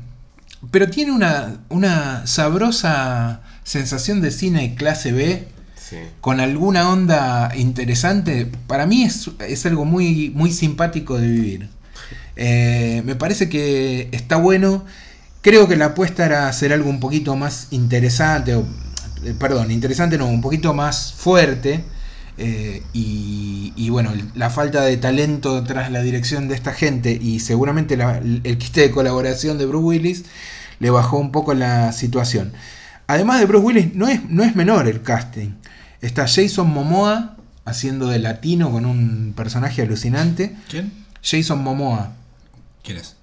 Speaker 1: pero tiene una, una sabrosa sensación de cine clase B
Speaker 2: Sí.
Speaker 1: con alguna onda interesante, para mí es, es algo muy, muy simpático de vivir. Eh, me parece que está bueno. Creo que la apuesta era hacer algo un poquito más interesante, o, eh, perdón, interesante no, un poquito más fuerte. eh, y, y bueno, la falta de talento tras la dirección de esta gente y seguramente la- el quiste de colaboración de Bruce Willis le bajó un poco la situación. Además de Bruce Willis, no es, no es menor el casting. Está Jason Momoa haciendo de latino con un personaje alucinante.
Speaker 3: ¿Quién?
Speaker 1: Jason Momoa
Speaker 3: ¿Quién es?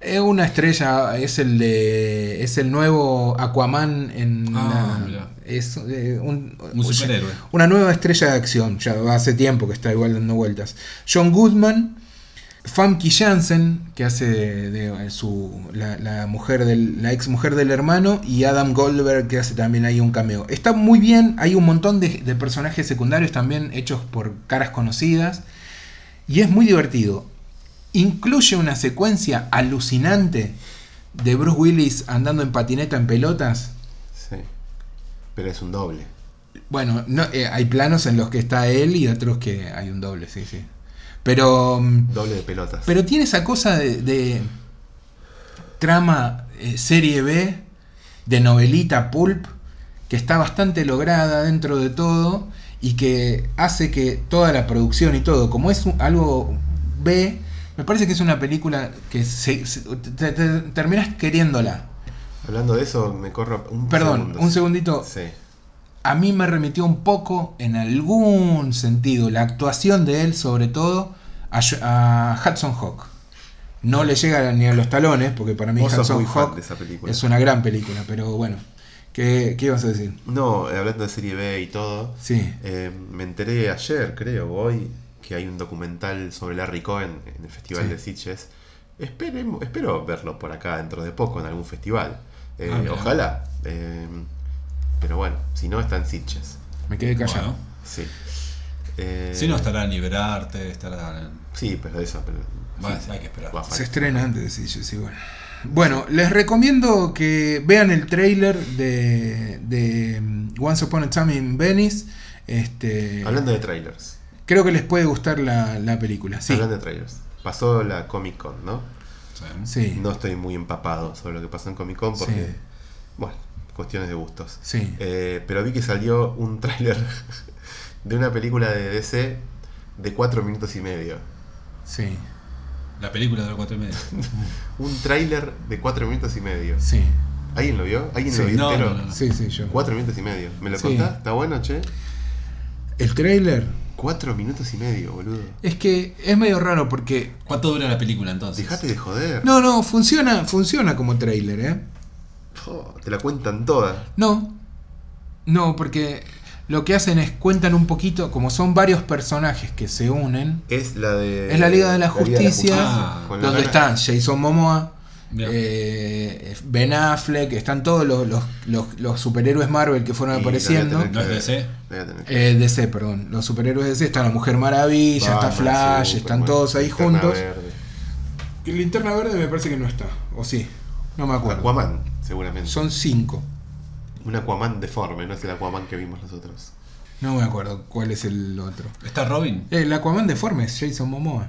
Speaker 1: es una estrella, es el de es el nuevo Aquaman en
Speaker 3: Ah,
Speaker 1: la-
Speaker 3: mirá.
Speaker 1: es eh, un,
Speaker 3: Un superhéroe.
Speaker 1: una nueva estrella de acción, ya hace tiempo que está igual dando vueltas. John Goodman, Famke Janssen, que hace de, de eh, su, la, la mujer del, la ex mujer del hermano, y Adam Goldberg, que hace también ahí un cameo. Está muy bien, hay un montón de, de personajes secundarios también hechos por caras conocidas, y es muy divertido. Incluye una secuencia alucinante de Bruce Willis andando en patineta en pelotas.
Speaker 2: Sí. Pero es un doble.
Speaker 1: Bueno, no, eh, hay planos en los que está él y otros que hay un doble, sí, sí. Pero, mm,
Speaker 2: Doble de pelotas.
Speaker 1: pero tiene esa cosa de, de trama eh, serie B, de novelita pulp, que está bastante lograda dentro de todo y que hace que toda la producción y todo, como es un- algo B, me parece que es una película que se- se- te- te- terminas queriéndola.
Speaker 2: Hablando de eso, me corro un
Speaker 1: Perdón,
Speaker 2: segundo.
Speaker 1: un segundito.
Speaker 2: Sí.
Speaker 1: a mí me remitió un poco, en algún sentido, la actuación de él, sobre todo, a, Jo- a Hudson Hawk. No le llega ni a los talones, porque para mí
Speaker 2: Vos sos
Speaker 1: Hudson
Speaker 2: muy fan
Speaker 1: Hawk
Speaker 2: de esa película.
Speaker 1: es una gran película, pero bueno, ¿qué, qué ibas a decir?
Speaker 2: No, eh, hablando de serie B y todo.
Speaker 1: Sí,
Speaker 2: eh, me enteré ayer, creo, hoy, que hay un documental sobre Larry Cohen en el Festival
Speaker 1: Sí.
Speaker 2: de Sitges. Esperemos- espero verlo por acá dentro de poco en algún festival. Eh,
Speaker 1: Ah, mira.
Speaker 2: ojalá. Eh, pero bueno, si no, está en Sitges.
Speaker 1: me quedé callado.
Speaker 3: Bueno,
Speaker 2: Sí. Eh,
Speaker 3: si no estará en Liberarte, estará en...
Speaker 2: Sí, pero eso. Pero,
Speaker 3: Bueno,
Speaker 2: sí,
Speaker 3: hay que esperar.
Speaker 2: va a
Speaker 1: Se
Speaker 2: faltar.
Speaker 1: estrena antes de Sitges, sí, bueno. Bueno, les recomiendo que vean el trailer de, de mm, Once Upon a Time in Venice. Este,
Speaker 2: Hablando de trailers.
Speaker 1: creo que les puede gustar la, la película. Sí,
Speaker 2: Hablando de trailers. Pasó la Comic Con, ¿no?
Speaker 3: Sí.
Speaker 1: sí,
Speaker 2: No estoy muy empapado sobre lo que pasó en Comic Con porque,
Speaker 1: Sí.
Speaker 2: bueno, cuestiones de gustos.
Speaker 1: sí.
Speaker 2: Eh, pero vi que salió un tráiler de una película de DC de 4 minutos y medio.
Speaker 1: Sí,
Speaker 3: La película de los cuatro y medio.
Speaker 2: Un tráiler de 4 minutos y medio.
Speaker 1: sí,
Speaker 2: ¿Alguien lo vio? ¿Alguien
Speaker 1: Sí,
Speaker 2: lo vio
Speaker 3: no,
Speaker 2: entero?
Speaker 3: no, no.
Speaker 1: sí, sí, yo.
Speaker 2: 4 minutos y medio. ¿Me lo
Speaker 1: Sí.
Speaker 2: contás? ¿Está bueno, che?
Speaker 1: El trailer
Speaker 2: 4 minutos y medio, boludo.
Speaker 1: es que es medio raro porque.
Speaker 3: ¿Cuánto dura la película entonces?
Speaker 2: Dejate de joder.
Speaker 1: No, no, funciona, funciona como trailer, ¿eh?
Speaker 2: Oh, te la cuentan toda.
Speaker 1: No, no, porque lo que hacen es cuentan un poquito, como son varios personajes que se unen,
Speaker 2: Es la de.
Speaker 1: Es la Liga de la Justicia,
Speaker 3: Ah,
Speaker 2: con la
Speaker 1: donde
Speaker 2: gana-
Speaker 1: están Jason Momoa,
Speaker 3: Bien.
Speaker 1: eh, Ben Affleck, están todos los, los- los- los superhéroes Marvel que fueron
Speaker 2: Y
Speaker 1: apareciendo.
Speaker 2: la voy a tener
Speaker 3: ¿No es
Speaker 2: que
Speaker 3: DC?
Speaker 2: ver. La voy a tener que ver.
Speaker 1: Eh, DC, perdón, los superhéroes DC, está la Mujer Maravilla,
Speaker 2: Batman,
Speaker 1: está Flash, están
Speaker 2: Superman,
Speaker 1: todos ahí
Speaker 2: Linterna
Speaker 1: juntos.
Speaker 2: Verde.
Speaker 1: Que Linterna Verde me parece que no está, o sí, no me acuerdo.
Speaker 2: Aquaman, seguramente.
Speaker 1: Son cinco.
Speaker 2: Un Aquaman deforme, no es el Aquaman que vimos nosotros.
Speaker 1: No me acuerdo cuál es el otro. Eh,
Speaker 3: ¿Está Robin?
Speaker 1: El Aquaman deforme es Jason Momoa.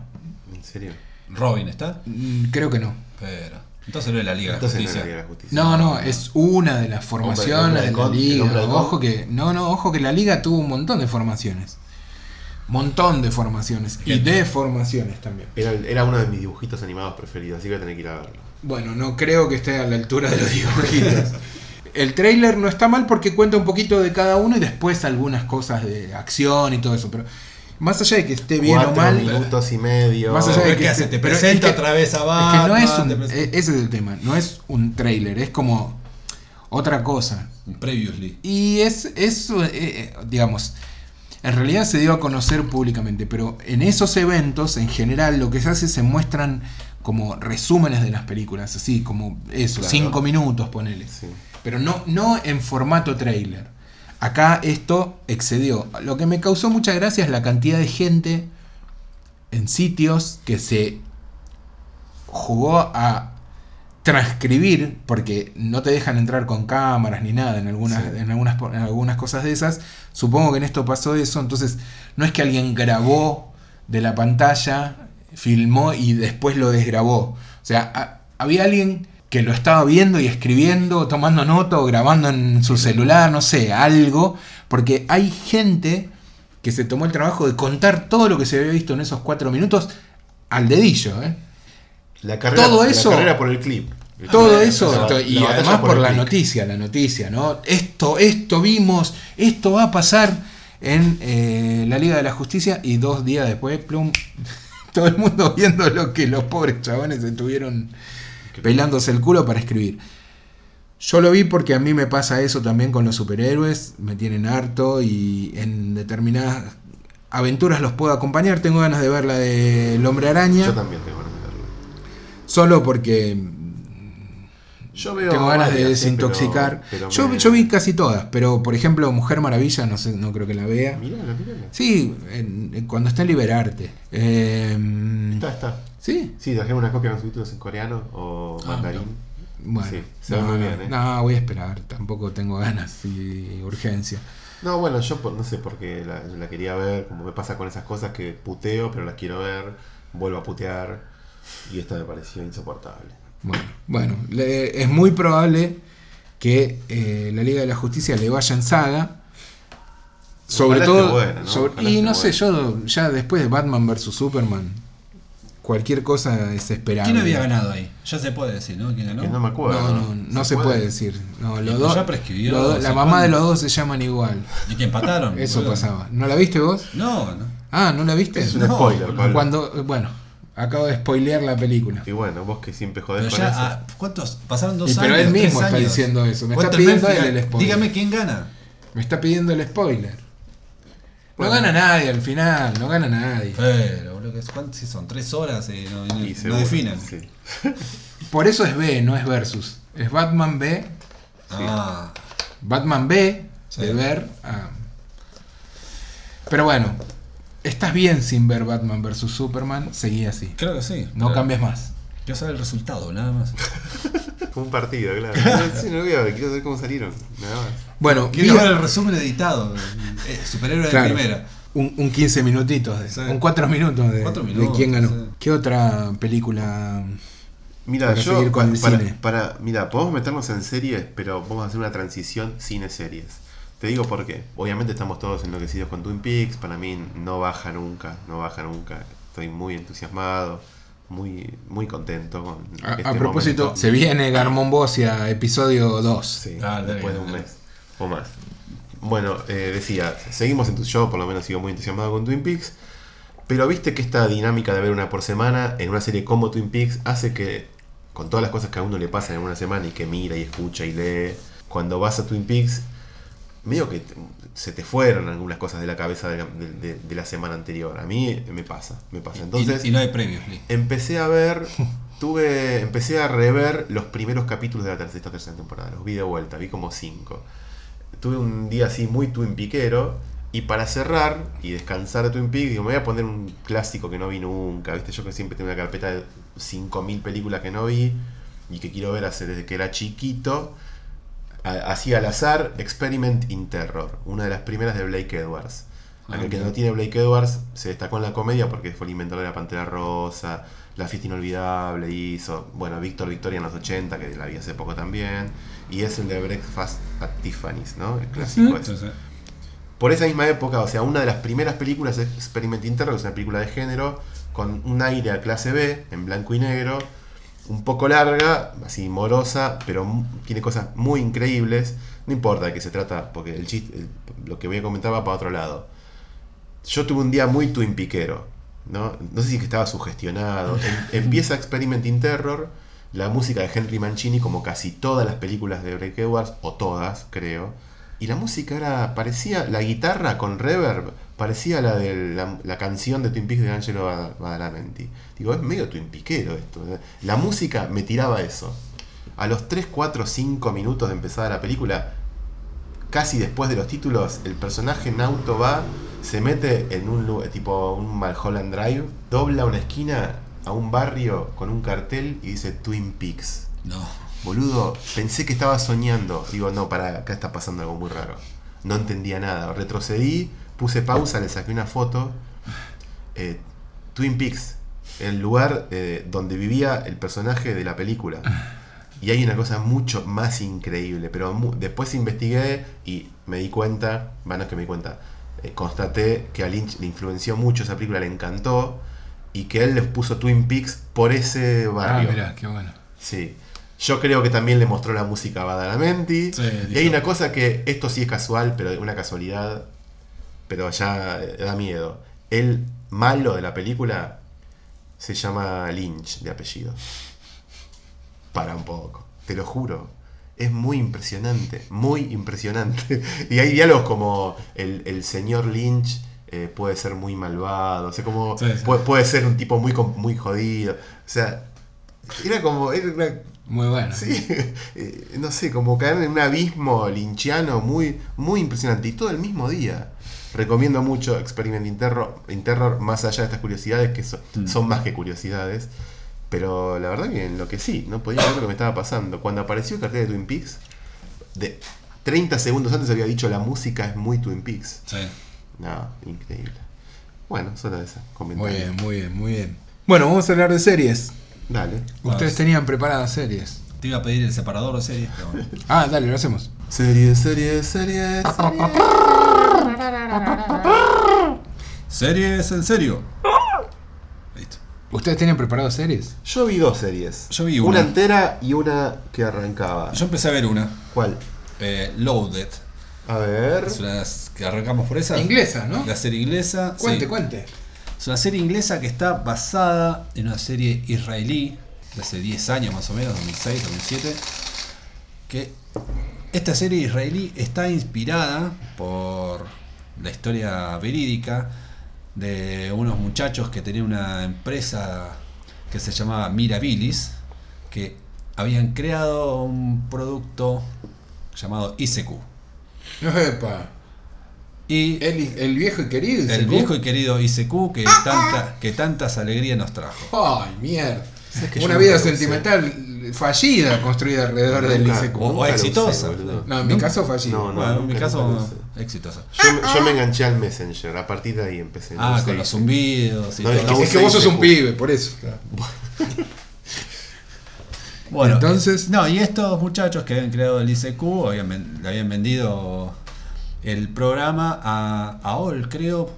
Speaker 2: ¿En serio?
Speaker 3: Robin está.
Speaker 1: Mm, Creo que no.
Speaker 3: Pero. Entonces no es la Liga de la
Speaker 2: Entonces no
Speaker 3: Justicia.
Speaker 2: era la justicia.
Speaker 1: No, no, es una de las formaciones
Speaker 2: Hombre,
Speaker 1: de
Speaker 2: el
Speaker 1: la
Speaker 2: hombre halcón, el hombre
Speaker 1: liga.
Speaker 2: halcón.
Speaker 1: Ojo que, no, no, ojo que la liga tuvo un montón de formaciones. Montón de formaciones. Y
Speaker 3: Gente.
Speaker 1: de formaciones también.
Speaker 2: Era, era uno de mis dibujitos animados preferidos, así que voy a tener que ir a verlo.
Speaker 1: Bueno, no creo que esté a la altura de los dibujitos. El trailer no está mal porque cuenta un poquito de cada uno y después algunas cosas de acción y todo eso. Pero más allá de que esté bien o
Speaker 2: Cuatro
Speaker 1: mal,
Speaker 2: minutos y medio.
Speaker 1: Más allá
Speaker 3: Pero
Speaker 1: de
Speaker 3: ¿qué
Speaker 1: que-
Speaker 3: hace? Te
Speaker 1: pero es
Speaker 3: presenta
Speaker 1: que-
Speaker 3: otra vez a
Speaker 1: Es
Speaker 2: Ah,
Speaker 1: que no
Speaker 3: Batman.
Speaker 1: es un.
Speaker 3: te presenta-
Speaker 1: e- Ese es el tema, no es un trailer, es como otra cosa.
Speaker 3: eh, Previously.
Speaker 1: Y es. es eh, eh, digamos. en realidad se dio a conocer públicamente, pero en esos eventos, en general, lo que se hace se muestran como resúmenes de las películas, así como eso,
Speaker 2: Claro.
Speaker 1: cinco minutos, ponele.
Speaker 2: Sí.
Speaker 1: Pero no, no en formato trailer. Acá esto excedió. Lo que me causó mucha gracia es la cantidad de gente en sitios que se jugó a transcribir, porque no te dejan entrar con cámaras ni nada en algunas,
Speaker 2: Sí.
Speaker 1: en algunas, po- en algunas cosas de esas. Supongo que en esto pasó eso, entonces no es que alguien grabó de la pantalla, filmó y después lo desgrabó. O sea, ha- había alguien que lo estaba viendo y escribiendo, tomando nota o grabando en su celular, no sé, algo, porque hay gente que se tomó el trabajo de contar todo lo que se había visto en esos cuatro minutos al dedillo, ¿eh?
Speaker 2: La carrera,
Speaker 1: Todo
Speaker 2: la
Speaker 1: eso-
Speaker 2: carrera por el clip.
Speaker 1: Todo
Speaker 2: Este, La-
Speaker 1: eso,
Speaker 2: la-
Speaker 1: esto-
Speaker 2: la
Speaker 1: y
Speaker 2: batalla
Speaker 1: además por,
Speaker 2: el
Speaker 1: la
Speaker 2: clip.
Speaker 1: noticia, la noticia, ¿no? Esto, esto vimos, esto va a pasar en eh, la Liga de la Justicia y dos días después, plum, todo el mundo viendo lo que los pobres chabones estuvieron pelándose el culo para escribir. Yo lo vi porque a mí me pasa eso también con los superhéroes, me tienen harto y en determinadas aventuras los puedo acompañar. Tengo ganas de ver la del Hombre Araña,
Speaker 2: Yo también tengo ganas de verlo.
Speaker 1: solo porque
Speaker 2: Yo veo
Speaker 1: tengo ganas de
Speaker 2: varias, sí, pero-
Speaker 1: desintoxicar.
Speaker 2: pero
Speaker 1: yo,
Speaker 2: me-
Speaker 1: yo vi casi todas, pero por ejemplo, Mujer Maravilla, no sé, no creo que la vea.
Speaker 2: Mírala, mírala.
Speaker 1: Sí, en- en- cuando está en Liberarte. Eh,
Speaker 2: Está, está.
Speaker 1: sí,
Speaker 2: Sí, trajimos una copia con subtítulos en coreano o mandarín.
Speaker 1: Ah, bueno.
Speaker 2: Sí, se ve
Speaker 1: no,
Speaker 2: muy bien, ¿eh?
Speaker 1: no, voy a esperar, tampoco tengo ganas y urgencia.
Speaker 2: No, bueno, yo por- no sé por qué la, yo la quería ver, como me pasa con esas cosas que puteo, pero las quiero ver, vuelvo a putear, y esta me pareció insoportable.
Speaker 1: Bueno, bueno, le- es muy probable que eh, la Liga de la Justicia le vaya en saga. Sobre
Speaker 2: Ojalá
Speaker 1: todo.
Speaker 2: esté buena, ¿no?
Speaker 1: sobre-
Speaker 2: Ojalá
Speaker 1: y
Speaker 2: esté
Speaker 1: no sé,
Speaker 2: buena.
Speaker 1: yo ya después de Batman vs Superman, cualquier cosa es esperable.
Speaker 3: ¿Quién había ganado ahí? Ya se puede decir, ¿no? ¿Quién ganó?
Speaker 2: Que no me acuerdo.
Speaker 1: No, no, no se, puede? decir. No, los
Speaker 3: Y
Speaker 1: dos,
Speaker 3: ya prescribió,
Speaker 1: los dos-
Speaker 3: ¿hace
Speaker 1: la mamá
Speaker 3: cuándo?
Speaker 1: de los dos se llaman igual.
Speaker 3: ¿Y que empataron?
Speaker 1: Eso
Speaker 3: boludo?
Speaker 1: pasaba. ¿No la viste vos?
Speaker 3: No, no.
Speaker 1: Ah, ¿no la viste?
Speaker 2: Es un
Speaker 3: No,
Speaker 2: spoiler,
Speaker 3: boludo.
Speaker 2: Pablo.
Speaker 1: Cuando, bueno, acabo de spoilear la película.
Speaker 2: Y bueno, vos que siempre jodés
Speaker 3: Pero
Speaker 2: con
Speaker 3: ya,
Speaker 2: eso.
Speaker 3: ah, ¿cuántos? Pasaron dos
Speaker 1: Y
Speaker 3: años.
Speaker 1: pero él
Speaker 3: tres
Speaker 1: mismo está
Speaker 3: años.
Speaker 1: diciendo eso, me está
Speaker 3: ¿Cuánto fue el
Speaker 1: pidiendo él
Speaker 3: final?
Speaker 1: el spoiler.
Speaker 3: Dígame quién gana.
Speaker 1: Me está pidiendo el spoiler.
Speaker 2: Bueno.
Speaker 1: No gana nadie al final, no gana nadie.
Speaker 3: Pero, boludo, que es- ¿cuántos si son? ¿Tres horas? Eh, no no-
Speaker 2: Y
Speaker 3: no
Speaker 2: seguro,
Speaker 3: definen.
Speaker 2: sí.
Speaker 1: Por eso es B, no es versus. Es Batman B,
Speaker 3: Ah,
Speaker 1: Batman B,
Speaker 3: Sí.
Speaker 1: de ver. a- Pero bueno, estás bien sin ver Batman vs Superman, seguí así.
Speaker 3: creo que sí.
Speaker 1: No
Speaker 3: pero
Speaker 1: cambies más.
Speaker 3: Quiero saber el resultado, nada más.
Speaker 2: Fue un partido, claro. No, sí, no lo voy a ver, quiero saber cómo salieron, nada más.
Speaker 1: Bueno,
Speaker 3: Quiero
Speaker 1: vi-
Speaker 3: ver el resumen editado. eh, superhéroe
Speaker 1: Claro.
Speaker 3: de primera.
Speaker 1: Un, un 15 minutitos, de-
Speaker 3: Sí.
Speaker 1: un 4 minutos de,
Speaker 3: Cuatro
Speaker 1: de
Speaker 3: minutos,
Speaker 1: quién ganó.
Speaker 3: sí.
Speaker 1: ¿Qué otra película?
Speaker 2: Mira,
Speaker 1: Para
Speaker 2: yo
Speaker 1: seguir con
Speaker 2: pa-
Speaker 1: el
Speaker 2: para,
Speaker 1: cine.
Speaker 2: para- mira, podemos meternos en series, pero vamos a hacer una transición cine-series. Te digo por qué. Obviamente estamos todos enloquecidos con Twin Peaks, para mí no baja nunca, no baja nunca. Estoy muy entusiasmado, muy muy contento con
Speaker 1: A, a
Speaker 2: este
Speaker 1: propósito, ah.
Speaker 2: momento.
Speaker 1: se viene Garmon Bosia, episodio 2.
Speaker 2: Sí,
Speaker 3: Ah,
Speaker 2: después de un
Speaker 3: dale.
Speaker 2: mes o más. Bueno, eh, decía, seguimos en tu yo por lo menos sigo muy entusiasmado con Twin Peaks, pero viste que esta dinámica de ver una por semana en una serie como Twin Peaks hace que, con todas las cosas que a uno le pasan en una semana y que mira y escucha y lee, cuando vas a Twin Peaks, medio que te- se te fueron algunas cosas de la cabeza de la, de- de- de la semana anterior. A mí me pasa, me pasa. Entonces,
Speaker 3: y, y no hay premios, Lee.
Speaker 2: empecé a ver, tuve, empecé a rever los primeros capítulos de la tercera, esta tercera temporada. Los vi de vuelta, vi como cinco. Tuve un día así muy Twin Piquero. Y para cerrar y descansar de Twin Peaks, digo, me voy a poner un clásico que no vi nunca. ¿Viste? Yo que siempre tengo una carpeta de 5.000 películas que no vi y que quiero ver hace, desde que era chiquito. A- Así al azar, Experiment in Terror, una de las primeras de Blake Edwards.
Speaker 3: Ah,
Speaker 2: Aquel que
Speaker 3: mira.
Speaker 2: no tiene Blake Edwards se destacó en la comedia porque fue el inventor de la Pantera Rosa, La Fiesta Inolvidable hizo, bueno, Víctor Victoria en los 80, que la vi hace poco también, y es el de Breakfast at Tiffany's, ¿no? El clásico
Speaker 1: Ujú.
Speaker 2: este. ese.
Speaker 3: Entonces,
Speaker 2: Por esa misma época, o sea, una de las primeras películas es Experiment in Terror, que es una película de género, con un aire a clase B, en blanco y negro, un poco larga, así morosa, pero mu- tiene cosas muy increíbles. No importa de qué se trata, porque el chiste, el- lo que voy a comentar va para otro lado. Yo tuve un día muy twinpiquero, ¿no? No sé si es que estaba sugestionado. Em- Empieza Experiment in Terror, la música de Henry Mancini, como casi todas las películas de Break Edwards, o todas, creo. Y la música era, parecía, la guitarra con reverb parecía la de la, la canción de Twin Peaks de Angelo Bad- Badalamenti. Digo, es medio Twin Piquero esto. ¿eh? La música me tiraba eso. A los 3, 4, 5 minutos de empezada la película, casi después de los títulos, el personaje en auto va, se mete en un lu- tipo un Mulholland Drive, dobla una esquina a un barrio con un cartel y dice Twin Peaks.
Speaker 3: No.
Speaker 2: Boludo, pensé que estaba soñando. Digo, no, para acá está pasando algo muy raro. No entendía nada. Retrocedí, puse pausa, le saqué una foto. Eh, Twin Peaks, el lugar eh, donde vivía el personaje de la película. Y hay una cosa mucho más increíble, pero mu- después investigué y me di cuenta, bueno, es que me di cuenta, eh, constaté que a Lynch le influenció mucho esa película, le encantó, y que él les puso Twin Peaks por ese
Speaker 1: Ah,
Speaker 2: barrio.
Speaker 1: mirá, qué bueno.
Speaker 2: Sí. Yo creo que también le mostró la música a Badalamenti.
Speaker 3: Sí,
Speaker 2: y hay
Speaker 3: dijo.
Speaker 2: una cosa que, esto sí es casual, pero una casualidad, pero ya eh, da miedo. El malo de la película se llama Lynch, de apellido. Para un poco, te lo juro. Es muy impresionante, muy impresionante. Y hay diálogos como el, el señor Lynch eh, puede ser muy malvado, o sea, como
Speaker 3: Sí, sí.
Speaker 2: Puede, puede ser un tipo muy, com- muy jodido. O sea, era como. Era una-
Speaker 1: Muy bueno.
Speaker 2: sí, eh, no sé, como caer en un abismo linchiano muy, muy impresionante. Y todo el mismo día. Recomiendo mucho Experiment in Terror, in Terror, más allá de estas curiosidades, que so-
Speaker 3: Mm.
Speaker 2: son más que curiosidades. Pero la verdad que enloquecí, no podía ver lo que me estaba pasando. Cuando apareció el cartel de Twin Peaks, de 30 segundos antes había dicho la música es muy Twin Peaks.
Speaker 3: Sí.
Speaker 2: No, increíble. Bueno, solo esa.
Speaker 1: Muy
Speaker 2: Comentario.
Speaker 1: bien, muy bien, muy bien. Bueno, vamos a hablar de series.
Speaker 2: Dale.
Speaker 1: Ustedes
Speaker 3: Vamos.
Speaker 1: tenían preparadas series.
Speaker 3: Te iba a pedir el separador de series, pero bueno.
Speaker 1: Ah, dale, lo hacemos.
Speaker 2: Series, series, series, series.
Speaker 3: Series en serio. Listo.
Speaker 1: ¿Ustedes tienen preparadas series?
Speaker 2: Yo vi dos series.
Speaker 3: Yo vi una.
Speaker 2: entera y una que arrancaba.
Speaker 3: Yo empecé a ver una,
Speaker 2: ¿Cuál?
Speaker 3: eh, Loaded.
Speaker 2: A ver.
Speaker 3: Es una de las que arrancamos por esa.
Speaker 1: Inglesa, ¿no?
Speaker 3: La serie inglesa. sí.
Speaker 1: Cuente, cuente.
Speaker 3: Es una serie inglesa que está basada en una serie israelí de hace 10 años más o menos, 2006, 2007. Que esta serie israelí está inspirada por la historia verídica de unos muchachos que tenían una empresa que se llamaba Mirabilis, que habían creado un producto llamado ICQ.
Speaker 1: Epa.
Speaker 3: Y
Speaker 1: El, el viejo y querido.
Speaker 3: el viejo y querido ICQ que, tanta- que tantas alegrías nos trajo.
Speaker 1: ¡Ay, mierda!
Speaker 2: ¿Sabes que yo
Speaker 1: Una
Speaker 2: nunca
Speaker 1: vida
Speaker 2: lo usé?
Speaker 1: sentimental fallida construida alrededor del
Speaker 2: Nunca.
Speaker 1: ICQ.
Speaker 3: O, o
Speaker 2: Nunca lo
Speaker 3: exitosa.
Speaker 2: usé, boludo.
Speaker 1: No, en mi
Speaker 3: Nunca-
Speaker 1: caso fallida.
Speaker 2: No, no.
Speaker 3: Bueno, en mi
Speaker 2: nunca,
Speaker 3: caso,
Speaker 2: nunca
Speaker 3: exitosa.
Speaker 2: Yo, me- yo me enganché al Messenger. A partir de ahí empecé. No
Speaker 3: Ah,
Speaker 2: sé.
Speaker 3: con los zumbidos y
Speaker 2: No,
Speaker 3: todo.
Speaker 2: no
Speaker 1: Es que vos sos un pibe, por eso.
Speaker 3: Bueno,
Speaker 1: Entonces-
Speaker 3: eh, no, y estos muchachos que habían creado el ICQ habían ven- le habían vendido el programa a AOL, creo.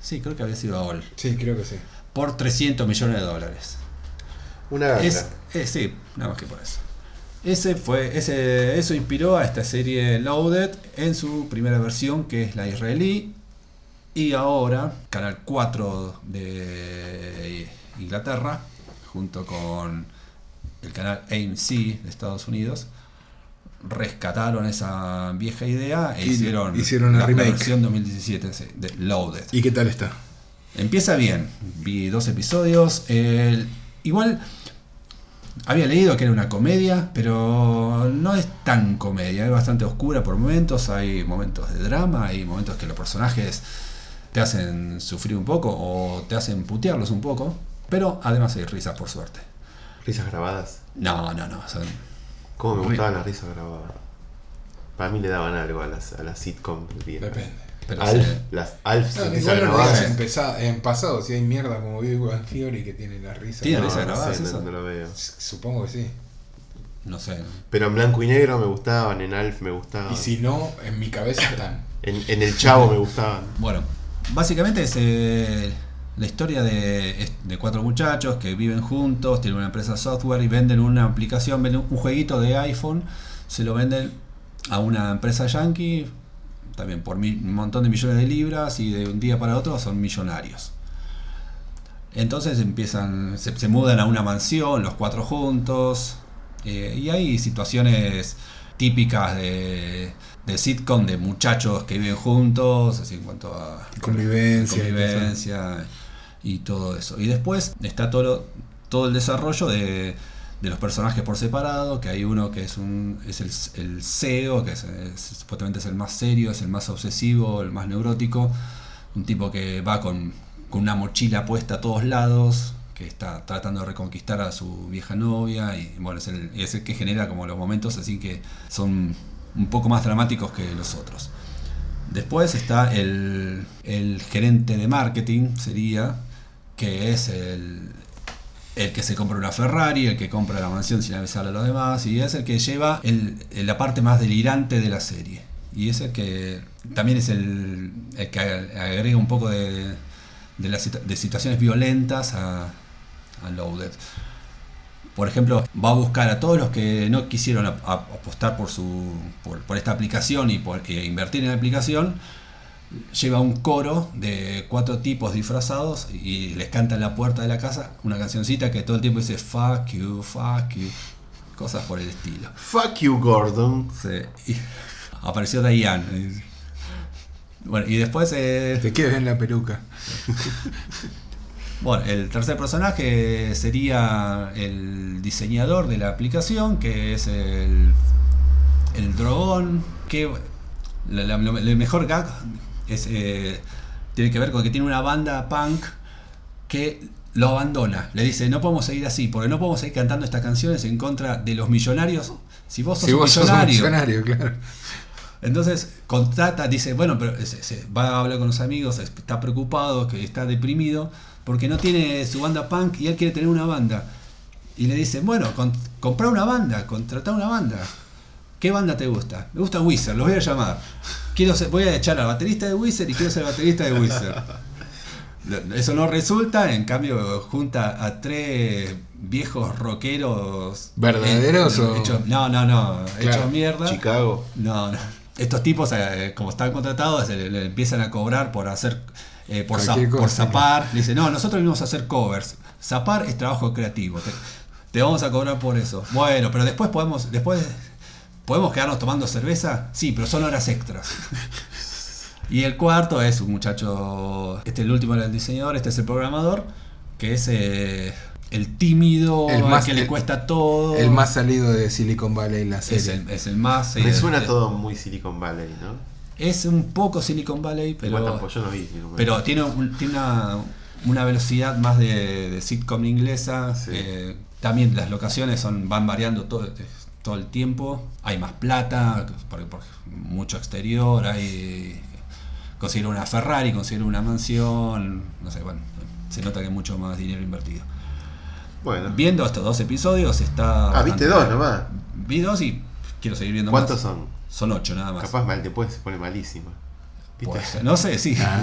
Speaker 3: Sí, creo que había sido AOL.
Speaker 1: Sí, creo que sí.
Speaker 3: Por 300 millones de dólares.
Speaker 2: Una ganga.
Speaker 3: Es, eh, sí, nada más que por eso. Ese fue, ese, eso inspiró a esta serie Loaded en su primera versión, que es la israelí. Y ahora, Canal 4 de Inglaterra, junto con el canal AMC de Estados Unidos, rescataron esa vieja idea e
Speaker 1: Y-
Speaker 3: hicieron,
Speaker 1: hicieron una
Speaker 3: la
Speaker 1: remake.
Speaker 3: versión 2017 sí, de Loaded.
Speaker 1: ¿Y qué tal está?
Speaker 3: Empieza bien. Vi dos episodios. el- igual había leído que era una comedia, pero no es tan comedia. Es bastante oscura por momentos. Hay momentos de drama, hay momentos que los personajes te hacen sufrir un poco o te hacen putearlos un poco. Pero además hay risas, por suerte.
Speaker 2: Risas grabadas.
Speaker 3: No, no, no. son-
Speaker 2: ¿Cómo me
Speaker 3: Ri-
Speaker 2: gustaban las risas grabadas? Para mí le daban algo a las, a las sitcom. viejas.
Speaker 1: Depende.
Speaker 3: pero
Speaker 2: Alf,
Speaker 3: se-
Speaker 2: las Alf
Speaker 1: No,
Speaker 2: risas
Speaker 1: igual no lo
Speaker 2: grabadas.
Speaker 1: dejan empezar- en pasado, si hay mierda como Big Bang Theory que tiene la risa.
Speaker 3: Tiene
Speaker 2: No,
Speaker 3: risas
Speaker 2: no
Speaker 3: grabadas,
Speaker 2: sé, no-
Speaker 3: eso.
Speaker 2: no lo veo.
Speaker 1: Supongo que sí.
Speaker 3: no sé.
Speaker 2: Pero en blanco y negro me gustaban, en Alf me gustaban.
Speaker 1: Y si no, en mi cabeza están.
Speaker 2: En, en El Chavo me gustaban.
Speaker 3: Bueno, básicamente es eh, la historia de, es- de cuatro muchachos que viven juntos, tienen una empresa de software y venden una aplicación, venden un jueguito de iPhone, se lo venden a una empresa yankee, también por mi- un montón de millones de libras y de un día para otro son millonarios. Entonces empiezan, se, se mudan a una mansión, los cuatro juntos, eh, y hay situaciones típicas de, de sitcom de muchachos que viven juntos, así en cuanto a
Speaker 1: Convivencia y
Speaker 3: convivencia y todo eso. Y después está todo, lo- todo el desarrollo de, de los personajes por separado, que hay uno que es un es el, el CEO, que es- es- supuestamente es el más serio, es el más obsesivo, el más neurótico, un tipo que va con, con una mochila puesta a todos lados, que está tratando de reconquistar a su vieja novia, y bueno, es el, es el que genera como los momentos así que son un poco más dramáticos que los otros. Después está el, el gerente de marketing, sería, que es el, el que se compra una Ferrari, el que compra la mansión sin avisarle a los demás, y es el que lleva el- la parte más delirante de la serie. Y es el que también es el, el que agrega un poco de, de, las situ- de situaciones violentas a, a Loaded. Por ejemplo, va a buscar a todos los que no quisieron ap- ap- apostar por, su, por, por esta aplicación y por e invertir en la aplicación. Lleva un coro de cuatro tipos disfrazados y les canta en la puerta de la casa una cancioncita que todo el tiempo dice fuck you, fuck you, cosas por el estilo.
Speaker 2: Fuck you, Gordon.
Speaker 3: Sí. Y apareció Diane. Bueno, y después... eh,
Speaker 1: Te quedas en la peluca.
Speaker 3: Bueno, el tercer personaje sería el diseñador de la aplicación, que es el, el drogón, que la- la- lo- el mejor gag es, eh, tiene que ver con que tiene una banda punk que lo abandona. Le dice, no podemos seguir así, porque no podemos seguir cantando estas canciones en contra de los millonarios. Si vos sos
Speaker 1: Si
Speaker 3: un
Speaker 1: vos sos un
Speaker 3: millonario,
Speaker 1: millonario, claro.
Speaker 3: entonces contrata, dice, bueno, pero se, se va a hablar con los amigos, es- está preocupado, que está deprimido, porque no tiene su banda punk y él quiere tener una banda. Y le dicen, bueno, con, comprar una banda, contratar una banda. ¿Qué banda te gusta? Me gusta Wizard, los voy a llamar. Quiero ser- voy a echar al baterista de Wizard y quiero ser baterista de Wizard. No- Eso no resulta, en cambio junta a tres viejos rockeros
Speaker 1: ¿Verdaderos
Speaker 3: eh,
Speaker 1: o-
Speaker 3: hechos- no, no, no,
Speaker 1: Claro,
Speaker 3: hechos mierda.
Speaker 2: Chicago.
Speaker 3: No, no. Estos tipos, eh, como están contratados, eh, le, le empiezan a cobrar por hacer. eh, por, za-
Speaker 1: Cualquier cosa,
Speaker 3: por zapar. Le dicen, no, nosotros venimos a hacer covers. Zapar es trabajo creativo. Te, te vamos a cobrar por eso. Bueno, pero después podemos. Después. ¿Podemos quedarnos tomando cerveza? Sí, pero son horas extras. Y el cuarto es un muchacho. Este es el último era el diseñador, este es el programador, que es eh, el tímido,
Speaker 1: El
Speaker 3: el
Speaker 1: más-
Speaker 3: que le
Speaker 1: el-
Speaker 3: cuesta todo.
Speaker 1: El más salido de Silicon Valley en la serie.
Speaker 3: Es el, es el más.
Speaker 2: Me
Speaker 3: eh,
Speaker 2: suena
Speaker 3: eh,
Speaker 2: todo muy Silicon Valley, ¿no?
Speaker 3: Es un poco Silicon Valley,
Speaker 2: Igual
Speaker 3: pero,
Speaker 2: tampoco, yo no vi Silicon Valley.
Speaker 3: pero tiene, un- tiene una, una velocidad más de, de sitcom inglesa.
Speaker 2: Sí.
Speaker 3: eh, también las locaciones son, van variando todo, eh, todo el tiempo. Hay más plata, porque, porque mucho exterior, hay conseguir una Ferrari, conseguir una mansión, no sé, bueno, se nota que hay mucho más dinero invertido.
Speaker 2: Bueno.
Speaker 3: Viendo estos dos episodios está...
Speaker 2: Ah, viste dos
Speaker 3: bastante-
Speaker 2: nomás.
Speaker 3: Vi dos y quiero seguir viendo
Speaker 2: ¿Cuántos
Speaker 3: más.
Speaker 2: son?
Speaker 3: Son ocho nada más.
Speaker 2: Capaz mal, después se pone malísima. ¿Viste?
Speaker 3: Puede ser. No sé, sí.
Speaker 1: Ah,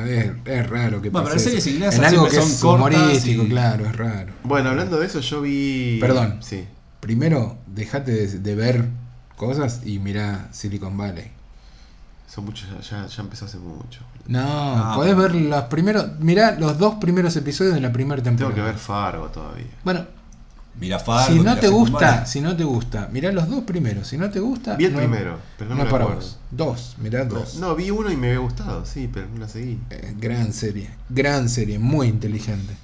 Speaker 1: no, es, es raro que
Speaker 3: Bueno,
Speaker 1: pase
Speaker 3: pero las series
Speaker 1: eso.
Speaker 3: inglesas
Speaker 1: En algo
Speaker 3: siempre
Speaker 1: que
Speaker 3: son
Speaker 1: es
Speaker 3: cortas
Speaker 1: humorístico,
Speaker 3: y-
Speaker 1: claro, es raro.
Speaker 2: Bueno, hablando de eso, yo vi.
Speaker 1: Perdón.
Speaker 2: Sí.
Speaker 1: Primero, dejate de, de ver cosas y mirá Silicon Valley.
Speaker 2: Son muchos, ya- ya, ya empezó hace mucho.
Speaker 1: No,
Speaker 3: Ah,
Speaker 1: podés
Speaker 3: pero-
Speaker 1: ver los primeros, mirá los dos primeros episodios de la primera temporada.
Speaker 2: Tengo que ver Fargo todavía.
Speaker 1: Bueno,
Speaker 3: Mira Fargo,
Speaker 1: si no
Speaker 3: mirá
Speaker 1: te
Speaker 3: Silicon
Speaker 1: gusta,
Speaker 3: Valley.
Speaker 1: si no te gusta, mirá los dos primeros. Si no te
Speaker 3: Ah,
Speaker 1: gusta,
Speaker 2: Vi el
Speaker 1: no-
Speaker 2: primero, pero no,
Speaker 1: No,
Speaker 2: me
Speaker 1: para
Speaker 2: acuerdo.
Speaker 1: vos. Dos, mirá dos.
Speaker 2: No, vi uno y me había gustado, sí, pero no la seguí.
Speaker 1: Eh, gran serie, gran serie, muy inteligente.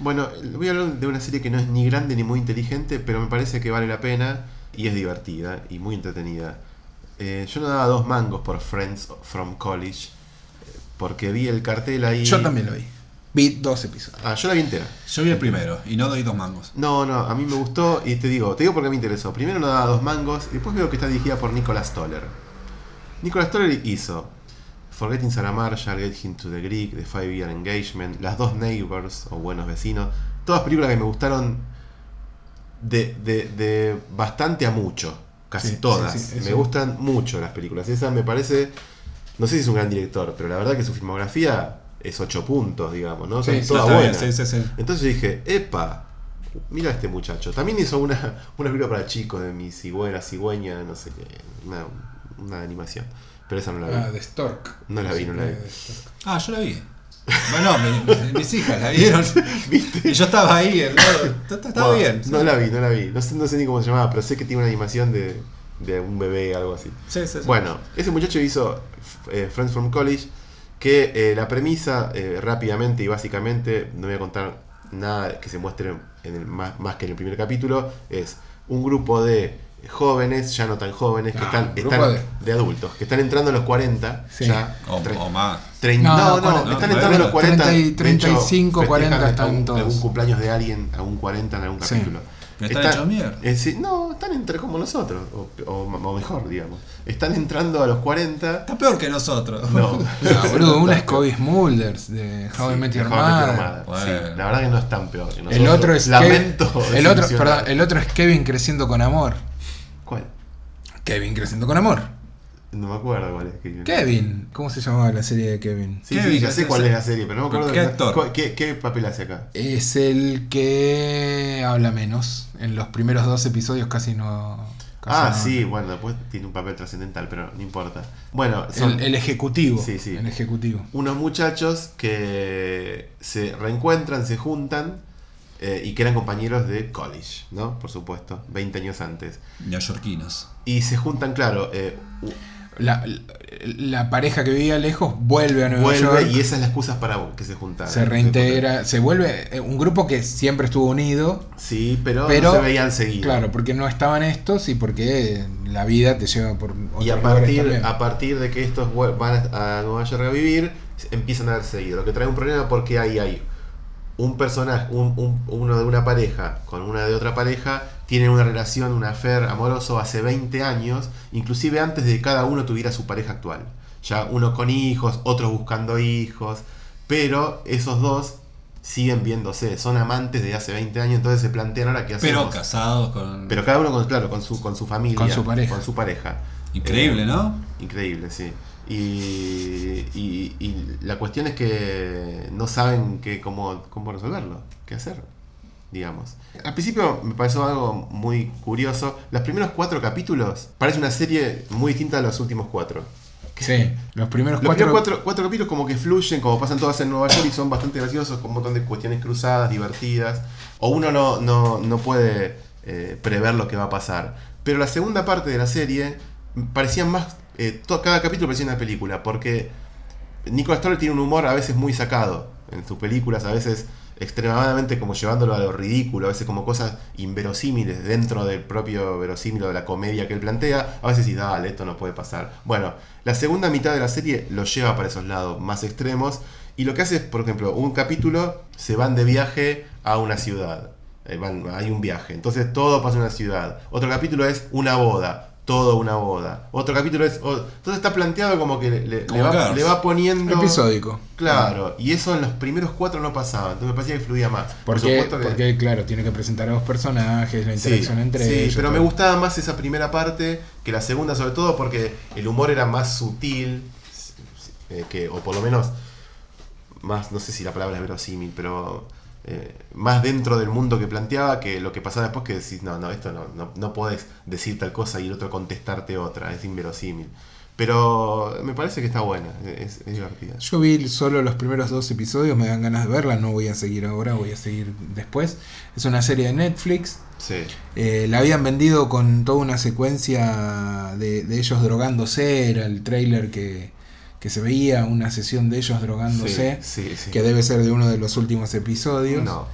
Speaker 2: Bueno, voy a hablar de una serie que no es ni grande ni muy inteligente, pero me parece que vale la pena y es divertida y muy entretenida. Eh, yo no daba dos mangos por Friends from College, eh, porque vi el cartel ahí.
Speaker 1: Yo también lo vi. Vi dos episodios.
Speaker 2: Ah, yo la vi entera.
Speaker 3: Yo vi el primero y no doy dos mangos.
Speaker 2: No, no, a mí me gustó y te digo, te digo porque me interesó. Primero no daba dos mangos y después veo que está dirigida por Nicolas Toller. Nicolas Toller hizo Forgetting Sarah Marshall, Get Him to the Greek, The Five Year Engagement, Las Dos Neighbors o Buenos Vecinos. Todas películas que me gustaron de, de- de bastante a mucho. Casi
Speaker 1: Sí, sí,
Speaker 2: todas.
Speaker 1: sí,
Speaker 2: me
Speaker 1: eso.
Speaker 2: gustan mucho las películas. Esa me parece, no sé si es un gran director, pero la verdad que su filmografía es 8 puntos, digamos, ¿no? Son
Speaker 1: Sí,
Speaker 2: todas
Speaker 3: Está bien,
Speaker 2: buenas.
Speaker 3: sí, sí, sí.
Speaker 2: Entonces dije, epa, mira a este muchacho. También hizo una, una película para chicos de mi cigüeña, cigüeña, no sé qué, una, una animación. Pero esa no la vi.
Speaker 1: Ah, de Stork.
Speaker 2: No la vi, no la vi.
Speaker 1: De Stork.
Speaker 3: Ah, yo la vi. Bueno, mi- mis hijas la vieron.
Speaker 2: ¿Viste?
Speaker 3: Y yo estaba ahí, al lado. Está- está- Estaba
Speaker 2: Bueno,
Speaker 3: bien.
Speaker 2: No la vi, no la vi. No sé, no sé ni cómo se llamaba, pero sé que tiene una animación de, de un bebé, algo así.
Speaker 4: Sí, sí, sí.
Speaker 2: Bueno, ese muchacho hizo eh, Friends from College, que eh, la premisa eh, rápidamente y básicamente, no voy a contar nada que se muestre en el, más, más que en el primer capítulo, es un grupo de jóvenes, ya no tan jóvenes, que
Speaker 1: Ah,
Speaker 2: están,
Speaker 1: un grupo
Speaker 2: están de... adultos, que están entrando a los 40,
Speaker 1: Sí.
Speaker 2: ya,
Speaker 3: O,
Speaker 2: tre-
Speaker 3: o más.
Speaker 2: trein-
Speaker 1: No,
Speaker 2: no, no,
Speaker 1: cuarenta.
Speaker 2: están
Speaker 3: No,
Speaker 2: entrando a los 40,
Speaker 1: treinta y-
Speaker 2: de hecho,
Speaker 1: 35,
Speaker 2: festejan
Speaker 1: 40 están
Speaker 2: algún,
Speaker 1: todos.
Speaker 2: algún cumpleaños de alguien, algún 40 en algún
Speaker 1: Sí.
Speaker 2: capítulo.
Speaker 3: Pero están hechos mierda.
Speaker 2: eh, sí, no, están entre como nosotros, o, o- o mejor, digamos. Están entrando a los 40.
Speaker 3: Está peor que nosotros.
Speaker 2: No,
Speaker 1: No, boludo, una es Cody Smulders de How I Met
Speaker 2: Sí,
Speaker 1: Your
Speaker 2: How I Met Your
Speaker 1: Mother.
Speaker 2: Mother. Sí,
Speaker 3: Bueno.
Speaker 2: la verdad que no es tan peor. que
Speaker 1: El
Speaker 2: nosotros.
Speaker 1: otro es
Speaker 2: Lamento.
Speaker 1: Kevin, el otro,
Speaker 2: decepcionar.
Speaker 1: perdón, el otro es Kevin creciendo con amor.
Speaker 2: ¿Cuál?
Speaker 1: Kevin creciendo con amor.
Speaker 2: No me acuerdo cuál es. Kevin.
Speaker 1: Kevin, ¿cómo se llamaba la serie de Kevin?
Speaker 2: Sí, sí,
Speaker 3: Kevin,
Speaker 2: ya sé
Speaker 3: ¿qué
Speaker 2: cuál
Speaker 3: hace?
Speaker 2: es la serie, pero no me
Speaker 3: ¿Pero
Speaker 2: acuerdo.
Speaker 3: qué
Speaker 2: de-
Speaker 3: actor?
Speaker 2: cu- ¿Qué, qué papel hace acá?
Speaker 1: Es el que habla menos. En los primeros dos episodios casi no. casi
Speaker 2: Ah,
Speaker 1: no-
Speaker 2: sí, bueno, después tiene un papel trascendental, pero no importa. Bueno, son
Speaker 1: El, el ejecutivo.
Speaker 2: Sí, sí.
Speaker 1: El ejecutivo.
Speaker 2: unos muchachos que se reencuentran, se juntan eh, y que eran compañeros de college, ¿no? Por supuesto, 20 años antes.
Speaker 3: Neoyorquinos.
Speaker 2: Y se juntan, claro, eh, u-
Speaker 1: La, la- la pareja que vivía lejos vuelve a Nueva
Speaker 2: vuelve
Speaker 1: York.
Speaker 2: y esa es la excusa para que se juntan.
Speaker 1: se reintegra. Se vuelve eh, un grupo que siempre estuvo unido.
Speaker 2: Sí, pero,
Speaker 1: Pero-
Speaker 2: no se veían seguido.
Speaker 1: Claro, porque no estaban estos y porque la vida te lleva por
Speaker 2: Y a
Speaker 1: otros lugares
Speaker 2: partir,
Speaker 1: también.
Speaker 2: a partir de que estos vue- van a a Nueva York a vivir, empiezan a ver seguido. Lo que trae un problema porque ahí hay un personaje, un- un- uno de una pareja con una de otra pareja, tienen una relación, un affair amoroso hace 20 años, inclusive antes de que cada uno tuviera su pareja actual. Ya uno con hijos, otros buscando hijos, pero esos dos siguen viéndose, son amantes de hace 20 años, entonces se plantean ahora qué
Speaker 3: Pero
Speaker 2: hacemos.
Speaker 3: casados con.
Speaker 2: Pero cada uno con, claro, con su, con su familia,
Speaker 1: Con su pareja.
Speaker 2: Con su pareja.
Speaker 3: Increíble,
Speaker 2: Eh,
Speaker 3: ¿no?
Speaker 2: Increíble, sí. Y, y- y la cuestión es que no saben qué cómo, cómo resolverlo, qué hacer, digamos. Al principio me pareció algo muy curioso. Los primeros cuatro capítulos parece una serie muy distinta a los últimos cuatro.
Speaker 1: Sí, los primeros
Speaker 2: Los
Speaker 1: cuatro.
Speaker 2: primeros cuatro, cuatro capítulos como que fluyen, como pasan todas en Nueva York y son bastante graciosos, con un montón de cuestiones cruzadas, divertidas. O uno no, no, no puede eh, prever lo que va a pasar. Pero la segunda parte de la serie parecía más... eh, to- cada capítulo parecía una película, porque Nicolas Stoller tiene un humor a veces muy sacado en sus películas, a veces extremadamente como llevándolo a lo ridículo, a veces como cosas inverosímiles dentro del propio verosímil o de la comedia que él plantea, a veces y dale, esto no puede pasar. Bueno, la segunda mitad de la serie lo lleva para esos lados más extremos y lo que hace es, por ejemplo, un capítulo se van de viaje a una ciudad. Eh, van- hay un viaje, entonces todo pasa en una ciudad. Otro capítulo es una boda, todo una boda. Otro capítulo es... o- entonces está planteado como que le- le,
Speaker 3: Como
Speaker 2: va,
Speaker 3: Cars.
Speaker 2: le va poniendo...
Speaker 1: Episódico.
Speaker 2: Claro, y eso en los primeros cuatro no pasaba, entonces me parecía que fluía más.
Speaker 1: Porque,
Speaker 2: supuesto que-
Speaker 1: porque, claro, tiene que presentar a dos personajes, la
Speaker 2: Sí,
Speaker 1: interacción entre
Speaker 2: sí,
Speaker 1: ellos.
Speaker 2: pero me
Speaker 1: todo.
Speaker 2: gustaba más esa primera parte que la segunda, sobre todo porque el humor era más sutil, eh, que, o por lo menos, más, no sé si la palabra es verosímil, pero eh, más dentro del mundo que planteaba que lo que pasaba después que decís, no, no, esto no, no, no podés decir tal cosa y el otro contestarte otra, es inverosímil. Pero me parece que está buena, es, es divertida.
Speaker 1: Yo vi solo los primeros dos episodios, me dan ganas de verla, no voy a seguir ahora, voy a seguir después. Es una serie de Netflix.
Speaker 2: Sí.
Speaker 1: eh, la habían vendido con toda una secuencia de, de ellos drogándose, era el trailer que, que se veía, una sesión de ellos drogándose,
Speaker 2: Sí, sí, sí.
Speaker 1: que debe ser de uno de los últimos episodios.
Speaker 2: No,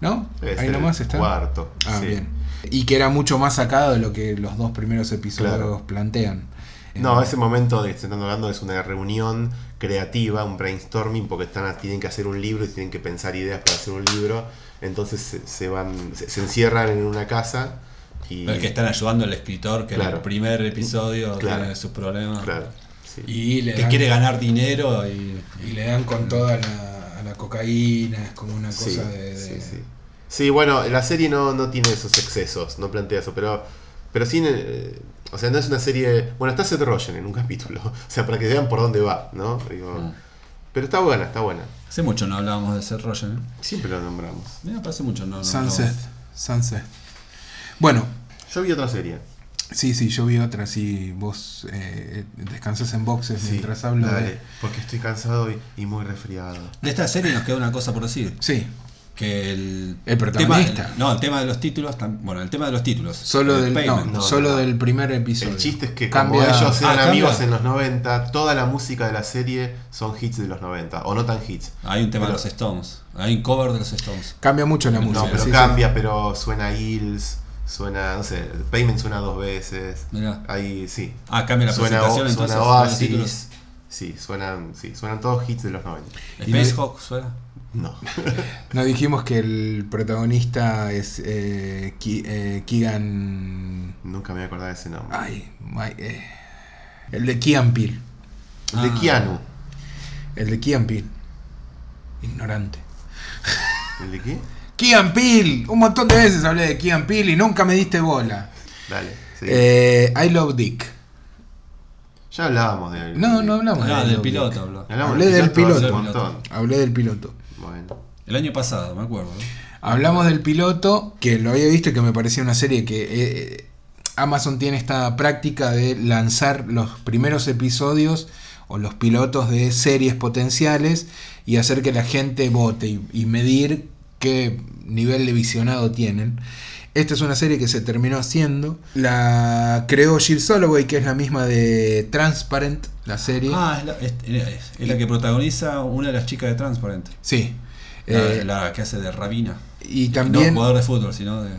Speaker 1: ¿No?
Speaker 2: es
Speaker 1: Ahí
Speaker 2: el
Speaker 1: nomás está.
Speaker 2: Cuarto.
Speaker 1: Ah,
Speaker 2: sí.
Speaker 1: bien. Y que era mucho más sacado de lo que los dos primeros episodios
Speaker 2: Claro.
Speaker 1: plantean.
Speaker 2: No,
Speaker 1: Eh,
Speaker 2: ese momento de que se están hablando es una reunión creativa, un brainstorming, porque están, tienen que hacer un libro y tienen que pensar ideas para hacer un libro. Entonces se, se van, se, se encierran en una casa y.
Speaker 3: Pero es que están ayudando al escritor que en
Speaker 2: Claro.
Speaker 3: el primer episodio
Speaker 2: Claro.
Speaker 3: tiene sus problemas.
Speaker 2: Claro. sí.
Speaker 1: Y le,
Speaker 3: Que
Speaker 1: dan,
Speaker 3: quiere ganar dinero y.
Speaker 1: y le dan con toda la, a la cocaína, es como una cosa
Speaker 2: Sí,
Speaker 1: de... de-
Speaker 2: sí, sí. Sí, bueno, la serie no, no tiene esos excesos, no plantea eso, pero, pero sí, eh, o sea, no es una serie... Bueno, está Seth Rogen en un capítulo, o sea, para que vean por dónde va, ¿no? Digo,
Speaker 3: Mm.
Speaker 2: Pero está buena, está buena.
Speaker 3: Hace mucho no hablábamos de Seth Rogen. ¿eh?
Speaker 2: Siempre lo nombramos.
Speaker 3: Mira, hace mucho no. no
Speaker 1: Sunset.
Speaker 3: hablamos.
Speaker 1: Sunset. Bueno,
Speaker 2: Yo vi otra serie.
Speaker 1: sí, sí, yo vi otra, sí, vos eh, descansas en boxes mientras hablo de-
Speaker 2: Dale, porque estoy cansado y, y muy resfriado.
Speaker 3: De esta serie nos queda una cosa por decir.
Speaker 1: Sí,
Speaker 3: que el,
Speaker 1: El protagonista.
Speaker 3: Tema, no, el tema de los títulos, tam- bueno, el tema de los títulos.
Speaker 1: Solo,
Speaker 3: el
Speaker 1: del, no,
Speaker 3: payment.
Speaker 2: no,
Speaker 1: solo
Speaker 2: no.
Speaker 1: del primer episodio.
Speaker 2: El chiste es que
Speaker 1: cambia
Speaker 2: como ellos eran
Speaker 3: Ah, cambia.
Speaker 2: amigos en los 90, toda la música de la serie son hits de los 90, o no tan hits.
Speaker 3: Hay un tema
Speaker 2: Pero-
Speaker 3: de los Stones, hay un cover de los Stones.
Speaker 1: Cambia mucho la
Speaker 3: No,
Speaker 1: música.
Speaker 2: No, pero
Speaker 1: sí, sí.
Speaker 2: cambia, pero suena Hills, suena, no sé, el Payment suena dos veces.
Speaker 3: Mirá.
Speaker 2: Ahí sí.
Speaker 3: Ah, cambia la
Speaker 2: suena
Speaker 3: presentación
Speaker 2: O-
Speaker 3: entonces.
Speaker 2: suena
Speaker 3: suena los títulos.
Speaker 2: Oasis. Sí, suenan, sí, suenan todos hits de los 90.
Speaker 3: Space Hawk suena.
Speaker 2: No.
Speaker 1: No dijimos que el protagonista es eh, Ki- eh, Keegan.
Speaker 2: Nunca me voy a acordar de ese nombre.
Speaker 1: Ay, my- eh, el de Keegan Peele.
Speaker 2: El de
Speaker 3: Ah.
Speaker 2: Keanu.
Speaker 1: El de Keegan Peele. Ignorante.
Speaker 2: ¿El de qué?
Speaker 1: Keegan Peele. Un montón de veces hablé de Keegan Peele y nunca me diste bola.
Speaker 2: Dale. sí.
Speaker 1: Eh, I Love Dick.
Speaker 2: ya hablábamos de
Speaker 1: No, no hablamos de
Speaker 3: Ah,
Speaker 1: I
Speaker 3: del
Speaker 1: Love
Speaker 3: piloto
Speaker 1: Dick.
Speaker 3: habló.
Speaker 2: Hablamos
Speaker 1: Hablé del
Speaker 2: hace
Speaker 1: piloto.
Speaker 2: Un montón.
Speaker 1: Hablé del piloto.
Speaker 2: Bueno.
Speaker 3: El año pasado, me acuerdo.
Speaker 1: Hablamos del piloto, que lo había visto y que me parecía una serie que eh, Amazon tiene esta práctica de lanzar los primeros episodios o los pilotos de series potenciales y hacer que la gente vote y, y medir qué nivel de visionado tienen. Esta es una serie que se terminó haciendo. La creó Jill Soloway, que es la misma de Transparent, la serie.
Speaker 3: Ah, es la, es- es- es la que protagoniza una de las chicas de Transparent.
Speaker 1: sí.
Speaker 3: La,
Speaker 1: Eh,
Speaker 3: la que hace de Rabina.
Speaker 1: y
Speaker 3: No
Speaker 1: también.
Speaker 3: jugador de fútbol, sino de,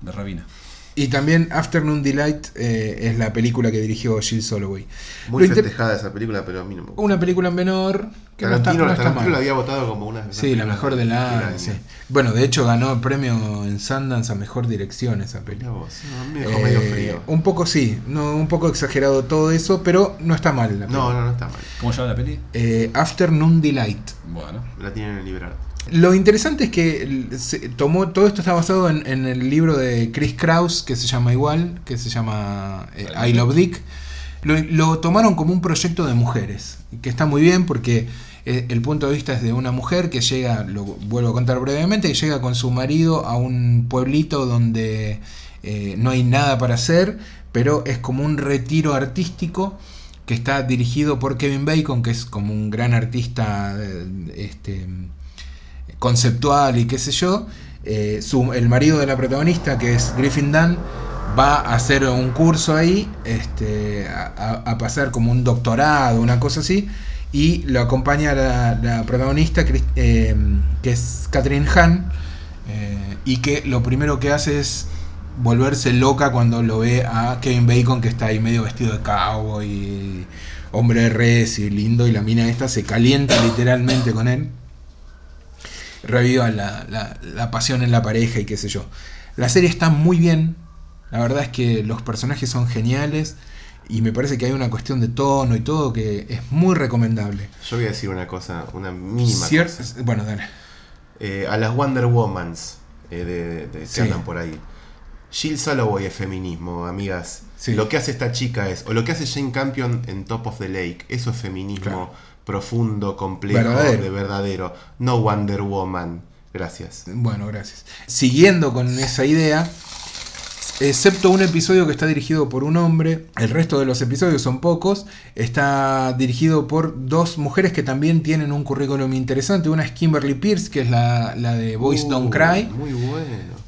Speaker 3: de Rabina.
Speaker 1: Y también Afternoon Delight eh, es la película que dirigió Jill Soloway.
Speaker 2: Muy
Speaker 1: Lo inter-
Speaker 2: festejada esa película, pero a mí no me gusta.
Speaker 1: Una película menor que no está,
Speaker 2: Tarantino,
Speaker 1: no está
Speaker 2: Tarantino
Speaker 1: mal.
Speaker 2: la había votado como una de las
Speaker 1: Sí, la
Speaker 2: películas
Speaker 1: mejor del año.
Speaker 2: año.
Speaker 1: sí. Bueno, de hecho ganó el premio en Sundance a mejor dirección esa
Speaker 2: Mirá
Speaker 1: película.
Speaker 2: vos, no, a mí me dejó
Speaker 1: Eh,
Speaker 2: medio frío.
Speaker 1: Un poco sí, no, un poco exagerado todo eso, pero no está mal. La
Speaker 2: No,
Speaker 1: película.
Speaker 2: no, no está mal.
Speaker 3: ¿Cómo llama la peli?
Speaker 1: Eh, Afternoon Delight.
Speaker 3: Bueno.
Speaker 2: La tienen en el librar.
Speaker 1: Lo interesante es que el- se tomó todo esto está basado en, en el libro de Chris Krauss que se llama igual, que se llama eh, I Love Dick. Lo, lo tomaron como un proyecto de mujeres, que está muy bien porque eh, el punto de vista es de una mujer que llega, lo vuelvo a contar brevemente, que llega con su marido a un pueblito donde eh, no hay nada para hacer, pero es como un retiro artístico que está dirigido por Kevin Bacon, que es como un gran artista eh, este, conceptual y qué sé yo. Eh, su- el marido de la protagonista, que es Griffin Dunn, va a hacer un curso ahí, este, a, a- a pasar como un doctorado, una cosa así, y lo acompaña la, la protagonista, Chris- eh, que es Catherine Hahn, eh, y que lo primero que hace es volverse loca cuando lo ve a Kevin Bacon que está ahí medio vestido de cowboy, hombre res y lindo, y la mina esta se calienta literalmente con él reviva la, la- la pasión en la pareja y qué sé yo. La serie está muy bien, la verdad es que los personajes son geniales y me parece que hay una cuestión de tono y todo que es muy recomendable.
Speaker 2: Yo voy a decir una cosa, una mínima
Speaker 1: Cier-
Speaker 2: cosa.
Speaker 1: Bueno, dale.
Speaker 2: Eh, a las Wonder Womans eh, de, de- que
Speaker 1: Sí.
Speaker 2: andan por ahí. Jill Soloway es feminismo, amigas.
Speaker 1: Sí.
Speaker 2: Lo que hace esta chica es, o lo que hace Jane Campion en Top of the Lake, eso es feminismo
Speaker 1: Claro.
Speaker 2: profundo, complejo,
Speaker 1: Verdadero.
Speaker 2: de verdadero. No Wonder Woman. Gracias.
Speaker 1: Bueno, gracias. Siguiendo con esa idea, excepto un episodio que está dirigido por un hombre, el resto de los episodios son pocos, está dirigido por dos mujeres que también tienen un currículum interesante. Una es Kimberly Pierce, que es la, la de Boys
Speaker 2: Uh,
Speaker 1: Don't Cry,
Speaker 2: Muy bueno.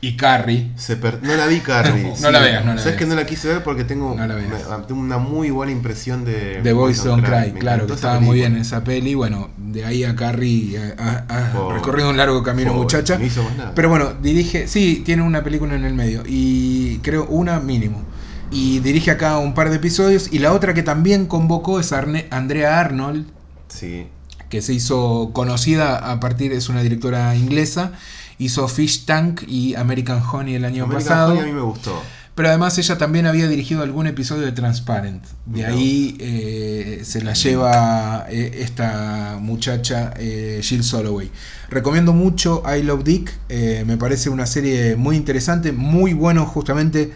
Speaker 1: y Carrie,
Speaker 2: Se per- No la vi, Carrie.
Speaker 1: No la veas, no la
Speaker 2: Sabes
Speaker 1: veas.
Speaker 2: que no la quise ver porque tengo,
Speaker 1: No la veas.
Speaker 2: una- tengo una muy buena impresión de.
Speaker 1: The Boys Don't Cry,
Speaker 2: eh, Me
Speaker 1: claro,
Speaker 2: encantó
Speaker 1: que
Speaker 2: esa
Speaker 1: estaba muy
Speaker 2: película.
Speaker 1: bien esa peli. Bueno, de ahí a Carrie eh, ha, ha
Speaker 2: Pobre.
Speaker 1: recorrido un largo camino,
Speaker 2: Pobre,
Speaker 1: muchacha.
Speaker 2: no hizo más nada.
Speaker 1: Pero bueno, dirige, sí, tiene una película en el medio y creo una mínimo. Y dirige acá un par de episodios. Y la otra que también convocó es Arne- Andrea Arnold,
Speaker 2: Sí.
Speaker 1: que se hizo conocida a partir, es una directora inglesa. Hizo Fish Tank y American Honey el año
Speaker 2: American
Speaker 1: pasado.
Speaker 2: Honey a mí me gustó.
Speaker 1: Pero además ella también había dirigido algún episodio de Transparent. De
Speaker 2: Mirá
Speaker 1: ahí eh, se la lleva eh, esta muchacha eh, Jill Soloway. Recomiendo mucho I Love Dick. eh, me parece una serie muy interesante, muy bueno justamente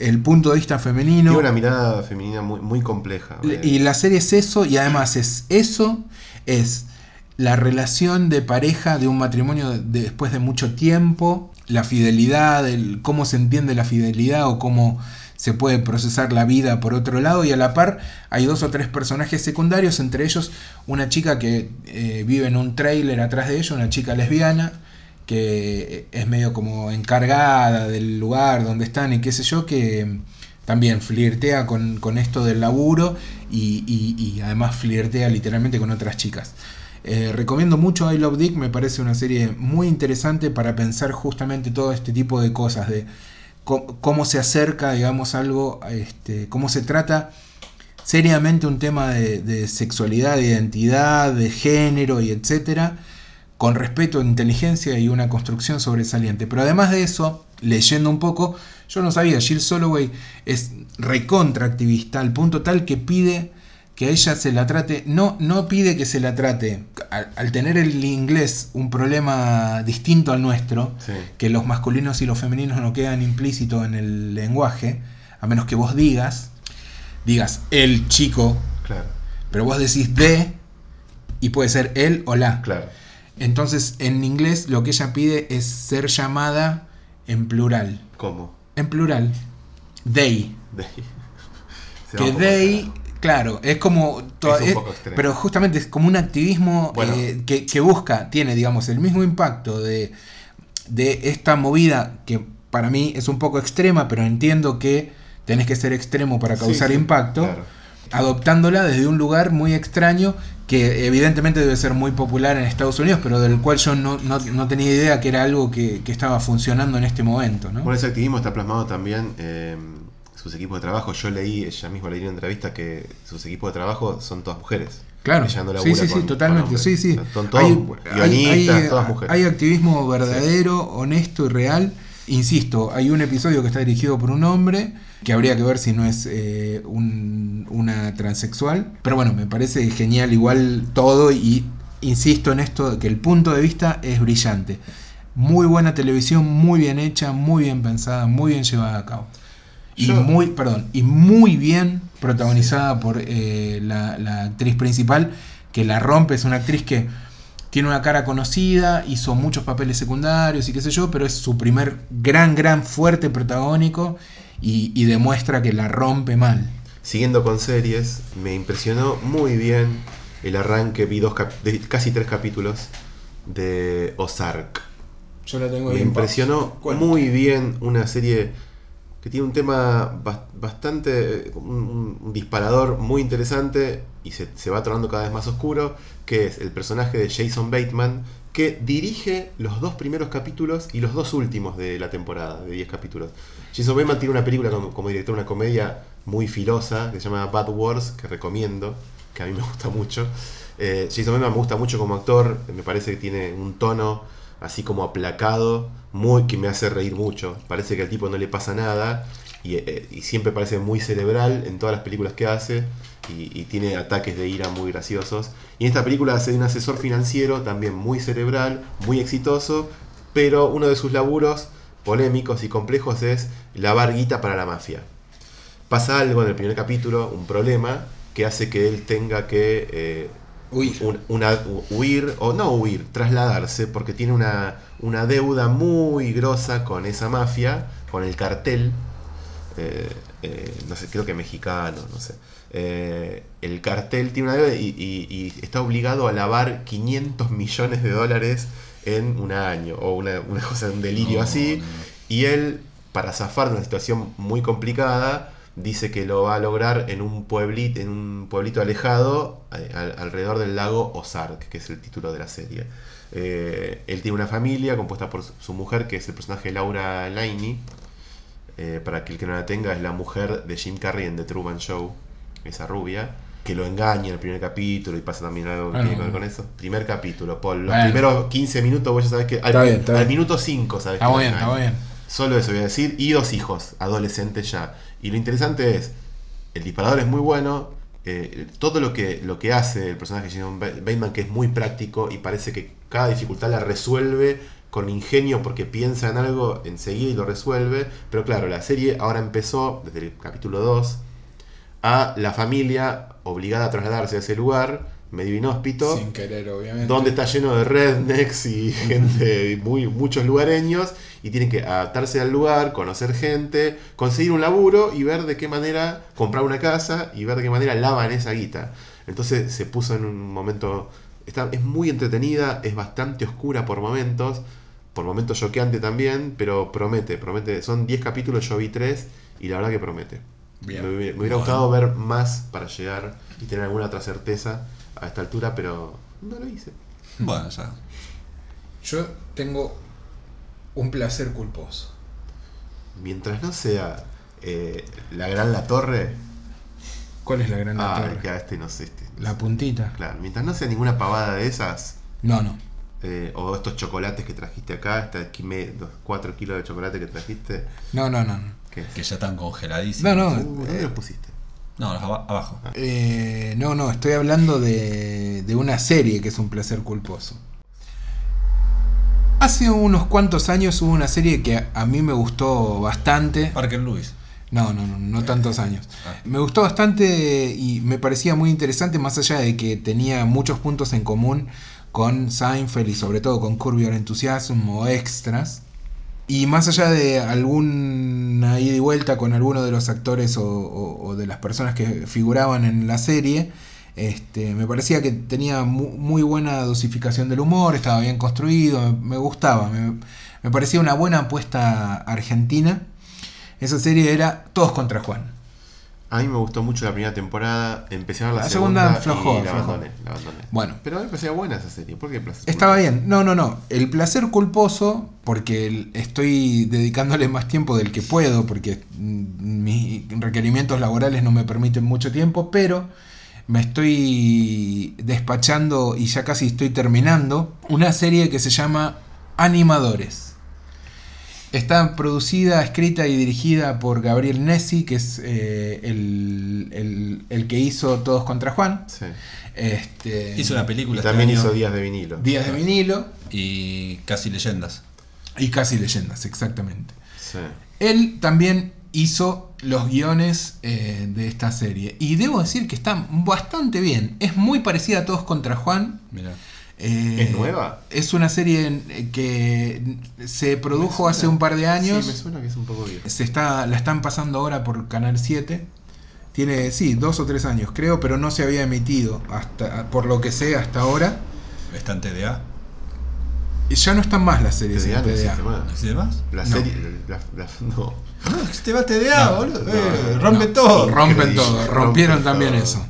Speaker 1: el punto de vista femenino.
Speaker 2: Tiene una mirada femenina muy, muy compleja. eh,
Speaker 1: L-
Speaker 2: ¿vale?
Speaker 1: Y la serie es eso, y además es eso, es la relación de pareja de un matrimonio de- después de mucho tiempo, la fidelidad, el, cómo se entiende la fidelidad o cómo se puede procesar la vida por otro lado y a la par hay dos o tres personajes secundarios, entre ellos una chica que eh, vive en un trailer atrás de ella, una chica lesbiana que eh, es medio como encargada del lugar donde están y qué sé yo, que em, también flirtea con, con esto del laburo y, y- y además flirtea literalmente con otras chicas. Eh, recomiendo mucho I Love Dick, me parece una serie muy interesante para pensar justamente todo este tipo de cosas, de co- cómo se acerca, digamos, algo, a este, cómo se trata seriamente un tema de, de sexualidad, de identidad, de género y etcétera, con respeto, inteligencia y una construcción sobresaliente. Pero además de eso, leyendo un poco, yo no sabía, Jill Soloway es recontraactivista al punto tal que pide que a ella se la trate, no, no pide que se la trate, al, al tener el inglés un problema distinto al nuestro,
Speaker 2: Sí.
Speaker 1: que los masculinos y los femeninos no quedan implícitos en el lenguaje, a menos que vos digas, digas el chico,
Speaker 2: Claro,
Speaker 1: pero vos decís de y puede ser él o la.
Speaker 2: claro.
Speaker 1: Entonces, en inglés lo que ella pide es ser llamada en plural.
Speaker 2: ¿Cómo?
Speaker 1: En plural, they.
Speaker 2: Day. Se va
Speaker 1: que
Speaker 2: un poco
Speaker 1: they,
Speaker 2: al
Speaker 1: claro, es como... to-
Speaker 2: Es un
Speaker 1: es-
Speaker 2: poco extremo.
Speaker 1: pero justamente es como un activismo
Speaker 2: Bueno.
Speaker 1: eh, que, que busca, tiene, digamos, el mismo impacto de, de esta movida que para mí es un poco extrema, pero entiendo que tenés que ser extremo para
Speaker 2: Sí,
Speaker 1: causar
Speaker 2: sí,
Speaker 1: impacto.
Speaker 2: claro.
Speaker 1: adoptándola desde un lugar muy extraño que evidentemente debe ser muy popular en Estados Unidos, pero del cual yo no, no- no tenía idea que era algo que, que estaba funcionando en este momento. ¿no?
Speaker 2: Bueno, ese activismo está plasmado también eh, sus equipos de trabajo. Yo leí, ella misma leí en una entrevista que sus equipos de trabajo son todas mujeres.
Speaker 1: Claro,
Speaker 2: Ella no
Speaker 1: sí,
Speaker 2: labura
Speaker 1: sí, sí,
Speaker 2: con- con
Speaker 1: totalmente,
Speaker 2: hombres.
Speaker 1: sí, sí.
Speaker 2: Son todas guionistas,
Speaker 1: hay-
Speaker 2: todas mujeres.
Speaker 1: hay activismo verdadero, honesto y real. Insisto, hay un episodio que está dirigido por un hombre, que habría que ver si no es eh, un- una transexual. Pero bueno, me parece genial igual todo y insisto en esto, de que el punto de vista es brillante. Muy buena televisión, muy bien hecha, muy bien pensada, muy bien llevada a cabo. Y
Speaker 2: Yo-
Speaker 1: muy, perdón, y muy bien protagonizada por eh, la, la actriz principal, que la rompe, es una actriz que tiene una cara conocida, hizo muchos papeles secundarios y qué sé yo, pero es su primer gran, gran, fuerte protagónico y, y demuestra que la rompe mal.
Speaker 2: Siguiendo con series, me impresionó muy bien el arranque, vi dos cap- de- casi tres capítulos de Ozark.
Speaker 1: Yo la tengo
Speaker 2: Me impresionó muy bien una serie que tiene un tema bas- bastante, un, un disparador muy interesante y se, se va tornando cada vez más oscuro, que es el personaje de Jason Bateman, que dirige los dos primeros capítulos y los dos últimos de la temporada, de 10 capítulos. Jason Bateman tiene una película como, como director, una comedia muy filosa, que se llama Bad Wars, que recomiendo, que a mí me gusta mucho. Eh, Jason Bateman me gusta mucho como actor, me parece que tiene un tono así como aplacado, muy que me hace reír mucho. Parece que al tipo no le pasa nada y, eh, y siempre parece muy cerebral en todas las películas que hace y, y tiene ataques de ira muy graciosos. Y en esta película hace de un asesor financiero también muy cerebral, muy exitoso, pero uno de sus laburos polémicos y complejos es lavar guita para la mafia pasa algo en el primer capítulo, un problema, que hace que él tenga que eh,
Speaker 1: Huir.
Speaker 2: un- una- hu- huir, o no huir, trasladarse, porque tiene una, una deuda muy grosa con esa mafia, con el cartel, eh, eh, no sé, creo que mexicano, no sé. Eh, el cartel tiene una deuda y, y- y está obligado a lavar 500 millones de dólares en un año, o una, una cosa, un delirio
Speaker 3: No,
Speaker 2: así.
Speaker 3: no.
Speaker 2: Y él, para zafar de una situación muy complicada, dice que lo va a lograr en un pueblito, en un pueblito alejado, a- al- alrededor del lago Ozark, que es el título de la serie. Eh, él tiene una familia compuesta por su- su mujer, que es el personaje de Laura Lainey. Eh, para que el que no la tenga, es la mujer de Jim Carrey en The Truman Show, esa rubia, que lo engaña en el primer capítulo y pasa también algo que
Speaker 1: Ah,
Speaker 2: tiene que
Speaker 1: no.
Speaker 2: ver con eso. Primer capítulo, Paul. Los
Speaker 1: Bueno.
Speaker 2: primeros 15 minutos, vos ya sabés que. Al,
Speaker 1: Está bien, está
Speaker 2: al
Speaker 1: bien.
Speaker 2: minuto 5, sabés
Speaker 1: Está
Speaker 2: que lo
Speaker 1: bien,
Speaker 2: engaña.
Speaker 1: está bien.
Speaker 2: Solo eso voy a decir. Y dos hijos, adolescentes ya. Y lo interesante es, el disparador es muy bueno. eh, todo lo que, lo que hace el personaje de Jason Ba- Bateman, que es muy práctico y parece que cada dificultad la resuelve con ingenio porque piensa en algo enseguida y lo resuelve. Pero claro, la serie ahora empezó, desde el capítulo 2, a la familia obligada a trasladarse a ese lugar, medio inhóspito,
Speaker 1: Sin querer, obviamente.
Speaker 2: donde está lleno de rednecks y gente, muy, muchos lugareños, y tienen que adaptarse al lugar, conocer gente, conseguir un laburo y ver de qué manera comprar una casa y ver de qué manera lavan esa guita. Entonces se puso en un momento. Está, es muy entretenida, es bastante oscura por momentos, por momentos choqueante también, pero promete, promete. Son 10 capítulos, yo vi 3 y la verdad que promete.
Speaker 3: Bien.
Speaker 2: Me, hubiera- me hubiera gustado ver más para llegar y tener alguna otra certeza a esta altura, pero no lo hice.
Speaker 3: Bueno, ya.
Speaker 1: Yo tengo un placer culposo.
Speaker 2: Mientras no sea eh, la gran La Torre.
Speaker 1: ¿Cuál es la gran
Speaker 2: Ah,
Speaker 1: torre?
Speaker 2: que a este no sé. Este,
Speaker 1: La puntita.
Speaker 2: Claro, mientras no sea ninguna pavada de esas,
Speaker 1: No, no.
Speaker 2: eh, o estos chocolates que trajiste acá, estos 4 kilos de chocolate que trajiste,
Speaker 1: No, no, no. no.
Speaker 2: ¿qué es?
Speaker 3: Que ya están congeladísimos.
Speaker 1: No, no.
Speaker 2: Uh, ¿Dónde
Speaker 1: eh,
Speaker 2: los pusiste?
Speaker 3: No, los aba- abajo.
Speaker 1: eh, no, no, estoy hablando de, de una serie que es un placer culposo. Hace unos cuantos años hubo una serie que a, a mí me gustó bastante.
Speaker 3: Parker Lewis.
Speaker 1: No, no, no, no tantos años.
Speaker 3: Ah.
Speaker 1: Me gustó bastante y me parecía muy interesante, más allá de que tenía muchos puntos en común con Seinfeld y sobre todo con Curb Your Enthusiasm o Extras. Y más allá de alguna ida y vuelta con alguno de los actores o, o- o de las personas que figuraban en la serie, este, me parecía que tenía mu- muy, buena dosificación del humor, estaba bien construido, me, me gustaba, me, me parecía una buena apuesta argentina. Esa serie era Todos contra Juan.
Speaker 2: A mí me gustó mucho la primera temporada, empecé a ver la,
Speaker 1: La segunda aflojó,
Speaker 2: y la
Speaker 1: aflojó.
Speaker 2: abandoné, la abandoné.
Speaker 1: Bueno.
Speaker 2: Pero a mí me parecía buena esa serie, ¿por qué placer?
Speaker 1: Estaba bien, no, no, no. El placer culposo, porque el- estoy dedicándole más tiempo del que puedo, porque mm, mis requerimientos laborales no me permiten mucho tiempo, pero me estoy despachando y ya casi estoy terminando una serie que se llama Animadores. Está producida, escrita y dirigida por Gabriel Nessi, que es eh, el, el- el que hizo Todos contra Juan.
Speaker 2: Sí.
Speaker 1: Este,
Speaker 3: Hizo una
Speaker 2: Y
Speaker 3: película. este
Speaker 2: también
Speaker 3: año
Speaker 2: hizo Días de Vinilo.
Speaker 1: Días de vinilo.
Speaker 3: Y casi leyendas.
Speaker 1: Y casi leyendas, exactamente.
Speaker 2: Sí.
Speaker 1: Él también hizo los guiones eh, de esta serie. Y debo decir que está bastante bien. Es muy parecida a Todos contra Juan.
Speaker 3: Mira.
Speaker 1: Eh,
Speaker 2: ¿Es nueva?
Speaker 1: Es una serie en- eh, que se produjo hace un par de años.
Speaker 2: Sí, me suena que es un poco viejo.
Speaker 1: se está, la están pasando ahora por Canal 7. Tiene, sí, dos o tres años creo, pero no se había emitido, hasta, por lo que sé, hasta ahora.
Speaker 3: Está en TDA.
Speaker 1: Y Ya no están más las series en
Speaker 2: TDA no
Speaker 1: TDA.
Speaker 2: existe más.
Speaker 3: ¿No existe más?
Speaker 2: este, La
Speaker 1: No.
Speaker 2: serie. La, la- no.
Speaker 3: No, existe más TDA,
Speaker 1: No,
Speaker 3: boludo.
Speaker 2: no,
Speaker 3: Eh,
Speaker 2: no,
Speaker 3: rompe
Speaker 1: No,
Speaker 3: todo.
Speaker 1: Rompen
Speaker 2: Increíble.
Speaker 1: todo,
Speaker 2: Rompen
Speaker 1: rompieron también
Speaker 2: todo.
Speaker 1: eso.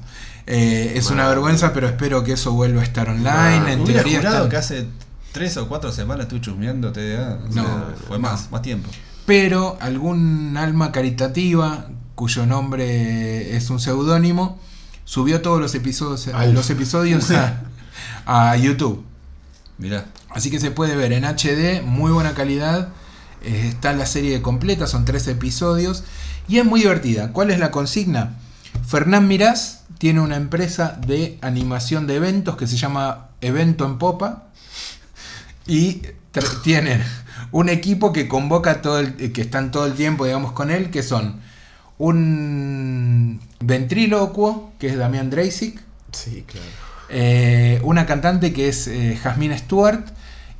Speaker 1: Eh, es una
Speaker 2: Madre.
Speaker 1: vergüenza, pero espero que eso vuelva a estar online.
Speaker 2: Madre.
Speaker 1: en
Speaker 3: Hubiera
Speaker 1: teoría
Speaker 3: jurado
Speaker 1: están-
Speaker 3: que hace tres o cuatro semanas estuve chusmeando TDA. O sea,
Speaker 1: No,
Speaker 3: fue
Speaker 1: no.
Speaker 3: más, más tiempo.
Speaker 1: Pero algún alma caritativa, cuyo nombre es un seudónimo, subió todos los episodios,
Speaker 2: Alf.
Speaker 1: los episodios a, a YouTube.
Speaker 3: Mirá.
Speaker 1: Así que se puede ver en HD, muy buena calidad. Eh, está la serie completa, son tres episodios. Y es muy divertida. ¿Cuál es la consigna? Fernán Mirás tiene una empresa de animación de eventos que se llama Evento en Popa. Y tra- tienen un equipo que convoca todo el, eh, que están todo el tiempo, digamos, con él, que son un ventrílocuo, que es Damián Dreisig,
Speaker 2: Sí, claro.
Speaker 1: eh, una cantante que es eh, Jasmine Stewart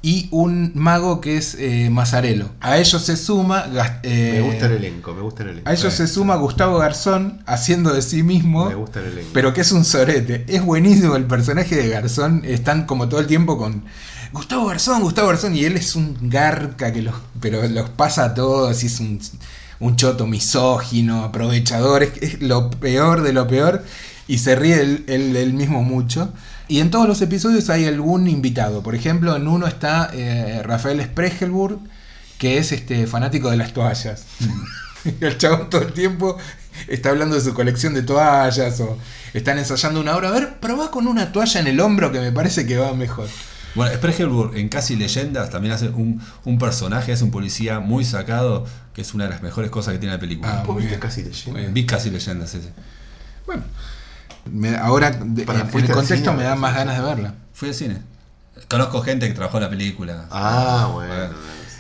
Speaker 1: y un mago que es eh, Mazzarello. A ellos se suma. Gas- eh,
Speaker 2: Me gusta el elenco, me gusta el elenco. eh.
Speaker 1: A ellos se suma Gustavo Garzón haciendo de sí mismo.
Speaker 2: Me gusta el elenco.
Speaker 1: Pero que es un sorete. Es buenísimo el personaje de Garzón. Están como todo el tiempo con Gustavo Garzón, Gustavo Garzón. Y él es un garca que los, pero los pasa a todos. Y es un, un choto misógino, aprovechador. Es, es lo peor de lo peor. Y se ríe él, él- él mismo mucho. Y en todos los episodios hay algún invitado. Por ejemplo, en uno está eh, Rafael Spregelburg, que es este fanático de las toallas. El chabón todo el tiempo está hablando de su colección de toallas o están ensayando una obra. A ver, probá con una toalla en el hombro que me parece que va mejor.
Speaker 3: Bueno, Spregelburg en Casi Leyendas también hace un, un personaje, es un policía muy sacado, que es una de las mejores cosas que tiene la película.
Speaker 1: Ah,
Speaker 2: ¿Vos
Speaker 1: muy
Speaker 2: viste
Speaker 1: bien.
Speaker 2: casi
Speaker 1: Muy
Speaker 2: leyendo?
Speaker 1: bien.
Speaker 3: Vi Casi Leyendas ese.
Speaker 1: Bueno, me- ahora de-
Speaker 2: Para,
Speaker 1: en- en
Speaker 2: fuiste
Speaker 1: el
Speaker 2: al
Speaker 1: contexto
Speaker 2: cine,
Speaker 1: me da
Speaker 2: ¿no?
Speaker 1: más ganas de verla.
Speaker 3: Fui al cine. Conozco gente que trabajó en la película.
Speaker 2: Ah, bueno.
Speaker 3: Bueno.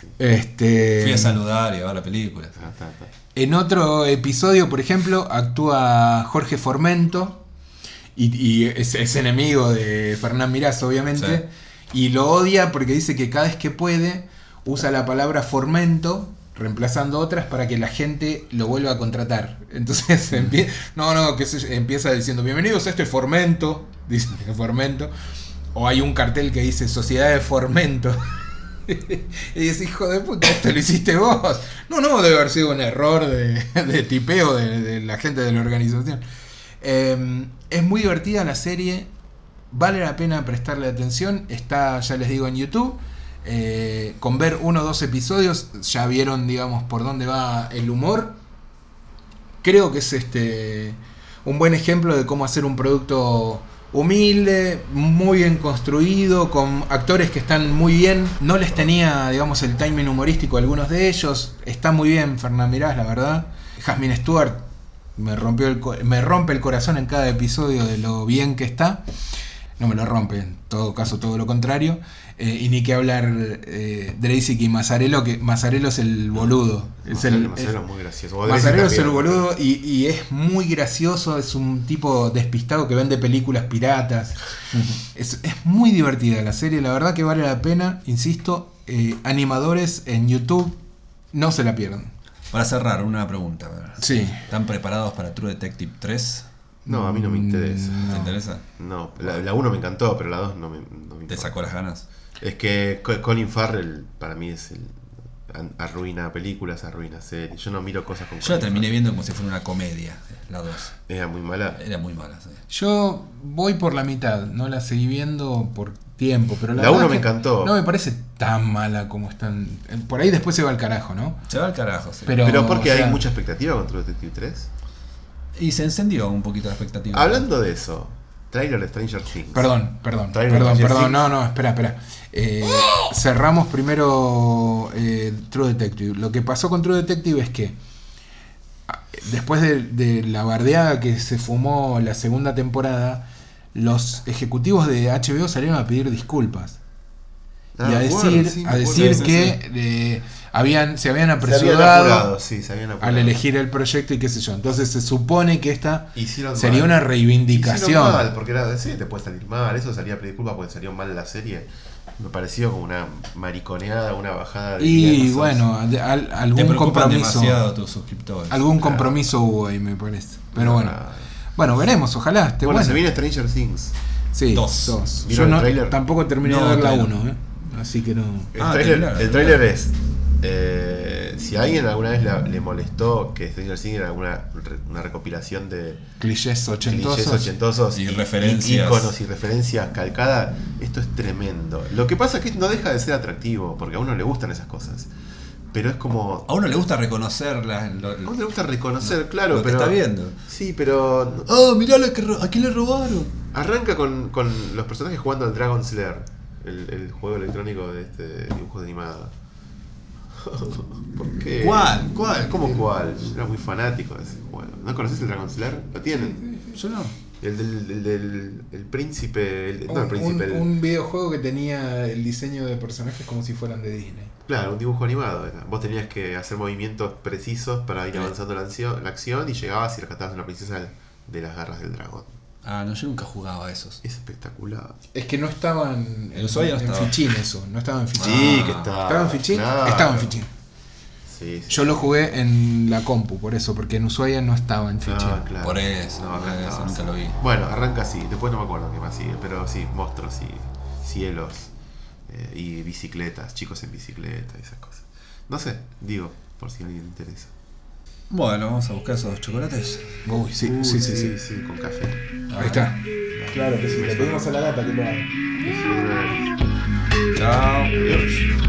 Speaker 2: sí.
Speaker 1: Este,
Speaker 3: Fui a saludar y a ver la película.
Speaker 2: Ah, está, está.
Speaker 1: En otro episodio, por ejemplo, actúa Jorge Formento y, y es, es enemigo de Fernán Mirás, obviamente. Y lo odia porque dice que cada vez que puede usa la palabra formento reemplazando otras para que la gente lo vuelva a contratar. Entonces empie- no, no, que se, empieza diciendo bienvenidos a este formento, dice formento, o hay un cartel que dice sociedad de formento. Y dices, hijo de puta, esto lo hiciste vos. No, no, debe haber sido un error de, de tipeo de, de la gente de la organización. Eh, es muy divertida la serie, vale la pena prestarle atención. Está, ya les digo, en YouTube. Eh, con ver uno o dos episodios ya vieron, digamos, por dónde va el humor. Creo que es este un buen ejemplo de cómo hacer un producto humilde, muy bien construido, con actores que están muy bien. No les tenía, digamos, el timing humorístico a algunos de ellos. Está muy bien Fernán Mirás, la verdad. Jasmine Stewart me, rompió el co- me rompe el corazón en cada episodio de lo bien que está. No me lo rompe, en todo caso, todo lo contrario. Eh, y ni que hablar eh, Dracic y Mazzarello, que Mazzarello es el boludo. Es el,
Speaker 2: Mazarelo
Speaker 1: es-
Speaker 2: es muy gracioso. O
Speaker 1: Mazzarello es
Speaker 2: Dreyse
Speaker 1: el
Speaker 2: también.
Speaker 1: boludo y, y es muy gracioso, es un tipo despistado que vende películas piratas. es, es muy divertida la serie, la verdad que vale la pena, insisto, eh, animadores en YouTube, no se la pierdan.
Speaker 3: Para cerrar, una pregunta.
Speaker 1: Sí.
Speaker 3: ¿Están preparados para True Detective 3?
Speaker 2: No, a mí no
Speaker 1: Mm.
Speaker 2: me interesa.
Speaker 3: ¿Te interesa?
Speaker 2: No, la, la uno me encantó, pero la dos no me, no me
Speaker 3: ¿Te
Speaker 2: importa.
Speaker 3: sacó las ganas?
Speaker 2: Es que Co- Colin Farrell para mí es el. an- Arruina películas, arruina series. Yo no miro cosas con.
Speaker 3: Yo la
Speaker 2: Colin
Speaker 3: terminé
Speaker 2: Farrell.
Speaker 3: viendo como si fuera una comedia, la 2.
Speaker 2: Era muy mala.
Speaker 1: Eh,
Speaker 3: Era muy mala. sí.
Speaker 1: Yo voy por la mitad, no la seguí viendo por tiempo, pero la,
Speaker 2: La
Speaker 1: verdad
Speaker 2: uno me
Speaker 1: que
Speaker 2: encantó.
Speaker 1: No me parece tan mala como están. eh, Por ahí después se va al carajo, ¿no?
Speaker 3: Se va al carajo, sí.
Speaker 1: Pero-
Speaker 2: Pero porque
Speaker 1: o sea-
Speaker 2: hay mucha expectativa con True Detective 3.
Speaker 3: Y se encendió un poquito la expectativa.
Speaker 2: Hablando de eso, trailer de Stranger Things.
Speaker 1: Perdón, perdón,
Speaker 2: Trailer
Speaker 1: perdón,
Speaker 2: de
Speaker 1: perdón,
Speaker 2: Jesse.
Speaker 1: no, no, espera, espera. Eh, cerramos primero eh, True Detective. Lo que pasó con True Detective es que ah, después de, de la bardeada que se fumó la segunda temporada, los ejecutivos de HBO salieron a pedir disculpas
Speaker 2: Ah,
Speaker 1: y a
Speaker 2: me
Speaker 1: decir,
Speaker 2: acuerdo, sí, me
Speaker 1: a
Speaker 2: acuerdo,
Speaker 1: decir
Speaker 2: sí,
Speaker 1: que
Speaker 2: sí.
Speaker 1: eh, habían, se habían
Speaker 2: Se habían
Speaker 1: apresurado
Speaker 2: apurado, sí, se habían apurado.
Speaker 1: al elegir el proyecto y qué sé yo. Entonces se supone que esta
Speaker 2: Hicieron
Speaker 1: sería
Speaker 2: mal.
Speaker 1: una
Speaker 2: Hicieron
Speaker 1: reivindicación.
Speaker 2: mal, porque era, sí, te puede salir mal. Eso salía pedir disculpas porque salió mal la serie. Me pareció como una mariconeada, una bajada de. línea de
Speaker 1: Y
Speaker 2: cosas.
Speaker 1: bueno, al- al-
Speaker 3: Te
Speaker 1: algún
Speaker 3: preocupan
Speaker 1: compromiso.
Speaker 3: demasiado tus suscriptores.
Speaker 1: Algún compromiso hubo ahí, me parece. Pero bueno.
Speaker 2: Ah.
Speaker 1: Bueno, veremos, ojalá esté
Speaker 2: Bueno,
Speaker 1: bueno.
Speaker 2: se viene Stranger Things.
Speaker 1: Sí,
Speaker 3: Dos.
Speaker 1: Yo
Speaker 2: ¿Vieron
Speaker 1: no-
Speaker 2: el tráiler?
Speaker 1: tampoco terminé
Speaker 3: No,
Speaker 1: de ver la
Speaker 3: todavía no.
Speaker 1: 1, así que no.
Speaker 2: El
Speaker 3: Ah,
Speaker 2: tráiler
Speaker 3: claro,
Speaker 2: el
Speaker 3: claro.
Speaker 2: tráiler es. eh, si a alguien alguna vez la- le molestó que Stranger Things era una, re- una recopilación de
Speaker 1: Clichés ochentosos.
Speaker 2: clichés ochentosos
Speaker 3: Y referencias.
Speaker 2: íconos y referencias calcadas, esto es tremendo. Lo que pasa es que no deja de ser atractivo, porque a uno le gustan esas cosas. Pero es como.
Speaker 3: A uno le gusta reconocer las. lo-
Speaker 2: A uno le gusta reconocer, claro,
Speaker 3: lo que
Speaker 2: pero.
Speaker 3: está viendo.
Speaker 2: Sí, pero.
Speaker 3: ¡Oh, mirá lo que ro- a quién le robaron!
Speaker 2: Arranca con, con los personajes jugando al Dragon Slayer, el, el juego electrónico de este dibujo animado. ¿Por qué?
Speaker 3: ¿Cuál? ¿Cuál?
Speaker 2: ¿Cómo cuál? Yo era muy fanático de ese juego. ¿No conoces el Dragon Slayer? ¿Lo tienen?
Speaker 3: Yo no.
Speaker 2: El del, del- del- el príncipe. el- no, el
Speaker 1: Un,
Speaker 2: príncipe.
Speaker 1: un-
Speaker 2: el-
Speaker 1: un videojuego que tenía el diseño de personajes como si fueran de Disney.
Speaker 2: Claro, un dibujo animado. era. Vos tenías que hacer movimientos precisos para ir avanzando la acción, la acción y llegabas y rescatabas a una princesa de- de las garras del dragón.
Speaker 3: Ah, no, yo nunca jugaba a esos.
Speaker 2: Es espectacular.
Speaker 1: Es que no estaban
Speaker 3: En Ushuaia no
Speaker 1: en
Speaker 3: estaba.
Speaker 1: fichín eso, no estaban en fichín.
Speaker 2: Sí,
Speaker 3: Ah,
Speaker 2: que está.
Speaker 1: ¿Estaban en fichín?
Speaker 2: Claro.
Speaker 1: Estaban en fichín.
Speaker 2: Sí, sí.
Speaker 1: Yo lo jugué en la compu, por eso, porque en Ushuaia no estaba en fichín.
Speaker 2: Ah, claro.
Speaker 3: Por eso,
Speaker 2: No, acá
Speaker 3: por eso,
Speaker 2: estaba,
Speaker 3: nunca
Speaker 2: sí.
Speaker 3: lo vi.
Speaker 2: Bueno, arranca así, después no me acuerdo qué más sigue, pero sí, monstruos y cielos eh, y bicicletas, chicos en bicicleta y esas cosas. No sé, digo, por si a alguien le interesa.
Speaker 3: Bueno, vamos a buscar esos chocolates.
Speaker 1: Uy, sí,
Speaker 2: Uy,
Speaker 1: sí, sí, sí.
Speaker 2: sí, con café.
Speaker 1: Ahí está. Claro que sí, le pedimos a la gata que lo haga.
Speaker 2: Es una-
Speaker 3: Chao.
Speaker 2: Dios.